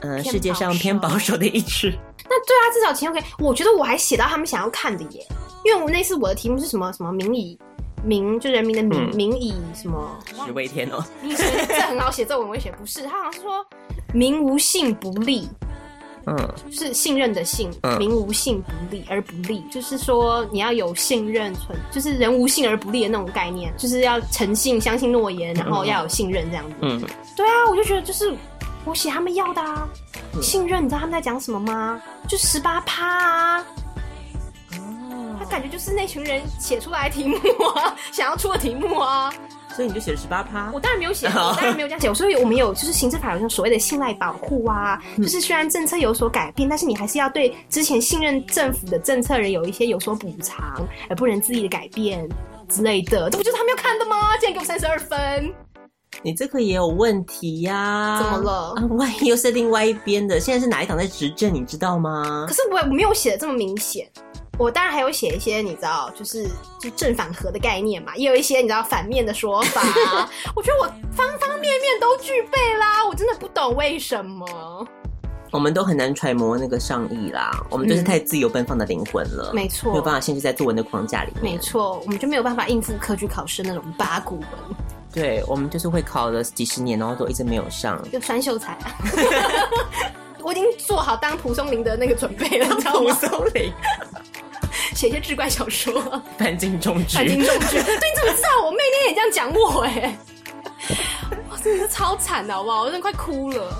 [SPEAKER 4] 呃，
[SPEAKER 5] 偏
[SPEAKER 4] 世界上
[SPEAKER 5] 保守
[SPEAKER 4] 偏保守的一支。
[SPEAKER 5] 那对啊，至少情有可原。我觉得我还写到他们想要看的耶，因为我那次我的题目是什么什么民以民，就人民的民、
[SPEAKER 4] 嗯
[SPEAKER 5] 民以什么？
[SPEAKER 4] 十位天哦，
[SPEAKER 5] 你写这很好写，这我也写不是，他好像是说民无信不立，
[SPEAKER 4] 嗯，
[SPEAKER 5] 就是信任的信
[SPEAKER 4] 嗯，
[SPEAKER 5] 民无信不立而不立，就是说你要有信任存，就是人无信而不立的那种概念，就是要诚信、相信诺言，然后要有信任这样子。
[SPEAKER 4] 嗯，
[SPEAKER 5] 对啊，我就觉得就是我写他们要的啊，
[SPEAKER 4] 嗯
[SPEAKER 5] 信任，你知道他们在讲什么吗？就十八趴啊。
[SPEAKER 4] 哦
[SPEAKER 5] 他感觉就是那群人写出来的题目啊， 想要出的题目啊。
[SPEAKER 4] 所以你就写了十八趴
[SPEAKER 5] 我。当然没有写，我当然没有这样写。我说我们有就是行政法有那种所谓的信赖保护啊，就是虽然政策有所改变，但是你还是要对之前信任政府的政策人有一些有所补偿，而不能恣意的改变之类的。这不就是他们要看的吗？竟然给我三十二分，
[SPEAKER 4] 你这个也有问题呀、
[SPEAKER 5] 怎么了
[SPEAKER 4] 啊，万一又是另外一边的，现在是哪一党在执政，你知道吗
[SPEAKER 5] 可？是我我没有写的这么明显。我当然还有写一些，你知道，就是就正反合的概念嘛，也有一些你知道反面的说法 啊。我觉得我方方面面都具备啦，我真的不懂为什么。
[SPEAKER 4] 我们都很难揣摩那个上意啦，我们就是
[SPEAKER 5] 嗯
[SPEAKER 4] 太自由奔放的灵魂了，
[SPEAKER 5] 没错
[SPEAKER 4] 没有办法限制在作文的框架里面。
[SPEAKER 5] 没错，我们就没有办法应付科举考试那种八股文，
[SPEAKER 4] 对我们就是会考了几十年，然后都一直没有上。
[SPEAKER 5] 就酸秀才 啊。我已经做好当蒲松龄的那个准备了，你知道吗？
[SPEAKER 4] 松龄，
[SPEAKER 5] 写一些志怪小 说，
[SPEAKER 4] 半斤中
[SPEAKER 5] 反经
[SPEAKER 4] 举。
[SPEAKER 5] 中举。对，你怎么知道？我妹那天也这样讲我哎、我真的是超惨的，好不好？我真的快哭了。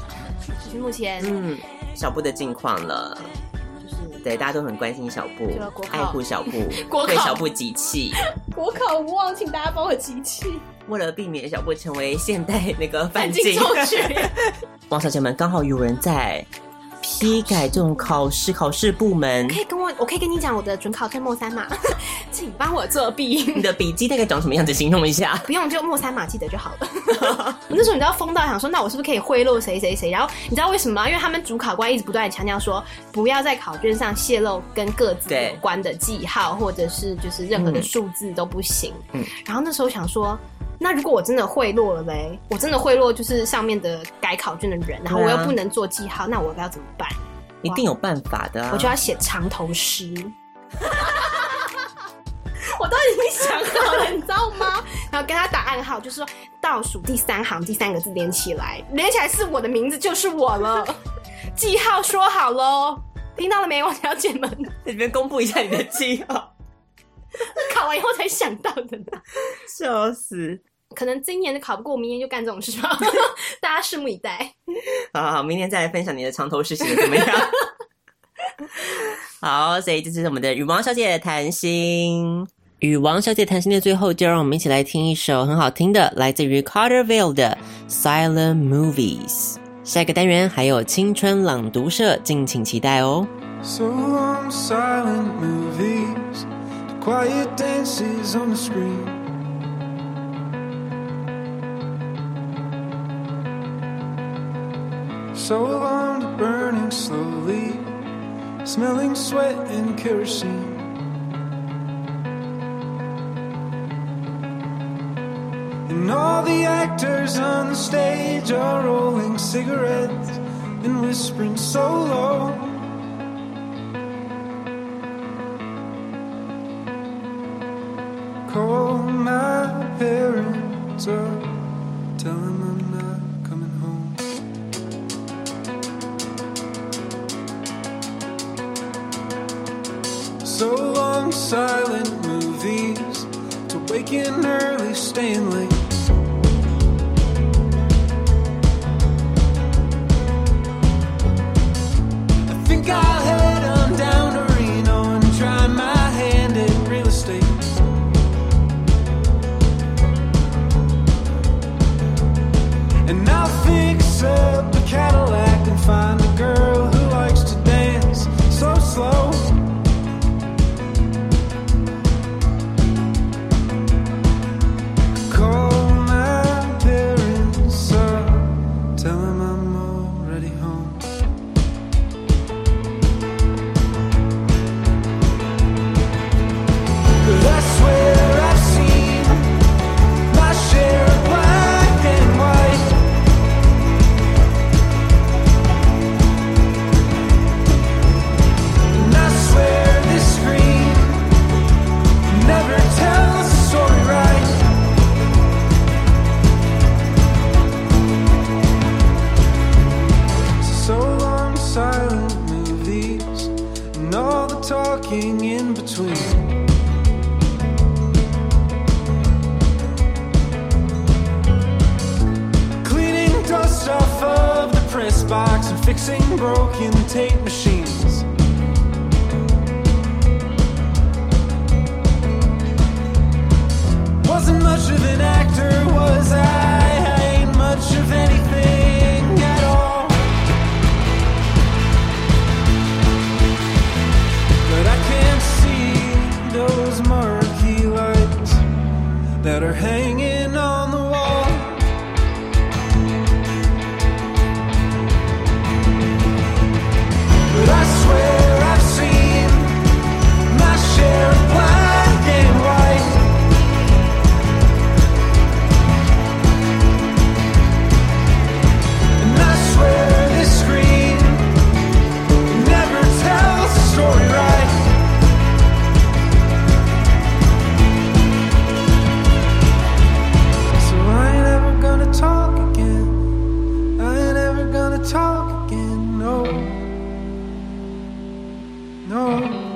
[SPEAKER 5] 就是目前，
[SPEAKER 4] 嗯，小布的近况了，
[SPEAKER 5] 就是
[SPEAKER 4] 对，大家都很关心小布
[SPEAKER 5] 就要国，考
[SPEAKER 4] 爱护小布，
[SPEAKER 5] 国考
[SPEAKER 4] 对小布集气，
[SPEAKER 5] 国考无望，请大家帮我集气，
[SPEAKER 4] 为了避免小布成为现代那个
[SPEAKER 5] 反
[SPEAKER 4] 范
[SPEAKER 5] 经
[SPEAKER 4] 进
[SPEAKER 5] 中。举。
[SPEAKER 4] 王小姐们，刚好有人在批改这种考试考试部门。
[SPEAKER 5] 可以跟我，我可以跟你讲我的准考证末三码， 请帮我作弊
[SPEAKER 4] 你。的笔记大概长什么样子？形容一下。
[SPEAKER 5] 不用，就莫三马记得就好了。 我那时候你知道疯到想说，那我是不是可以贿赂谁谁谁？然后你知道为什么吗？因为他们主考官一直不断的强调说，不要在考卷上泄露跟各自
[SPEAKER 4] 对
[SPEAKER 5] 有关的记号，或者是就是任何的数字都不行。
[SPEAKER 4] 嗯
[SPEAKER 5] 然后那时候想说。那如果我真的贿赂了嘞，我真的贿赂就是上面的改考卷的人，然后我
[SPEAKER 4] 对啊
[SPEAKER 5] 又不能做记号，那我要怎么办？
[SPEAKER 4] 一定有办法的、啊。
[SPEAKER 5] 我就要写长头诗。 我都已经想好了，你知道吗？ 然后跟他打暗号，就是说倒数第三行第三个字连起来，连起来是我的名字，就是我了。 记号说好喽，听到了没，王小姐们？
[SPEAKER 4] 在这边公布一下你的记 号，
[SPEAKER 5] 考完以后才想到的呢。
[SPEAKER 4] 笑死！
[SPEAKER 5] 可能今年的考不过，我明年就干这种事吧。 大家拭目以待。
[SPEAKER 4] 好好，好，明天再来分享你的长头诗写的怎么样。 好，所以这是我们的与王小姐谈心。与王小姐谈心的最后，就让我们一起来听一首很好听的，来自于 Carterville 的《Silent Movies》。下一个单元还有青春朗读社，敬请期待哦。
[SPEAKER 10] So long, silent movies, the quiet dances on the screen. so on to burning slowly, smelling sweat and kerosene. And all the actors on the stage are rolling cigarettes and whispering so low. Call my parents up, tell them I'm not coming home. So long, silent movies to waking early, staying late. I think I'll head on down to Reno and try my hand at real estate. And I'll fix up a Cadillac and find a girl who likes to dance so slow. Call my parents up, tell them I'm already home. Cause I swear I've seen my share of black and white. And I swear this screen never tells the story right. So long, silent movies, and all the talking in between. Cleaning dust off of the press box and fixing broken tape machines. Wasn't much of an actor, was I? I ain't much of anything at all. But I can't see those marquee lights that are hanging on the wall. But I swear I've seen my share of black and white. And I swear this screen never tells the story right. So I ain't ever gonna talk again. I ain't ever gonna talk again, no. No. oh.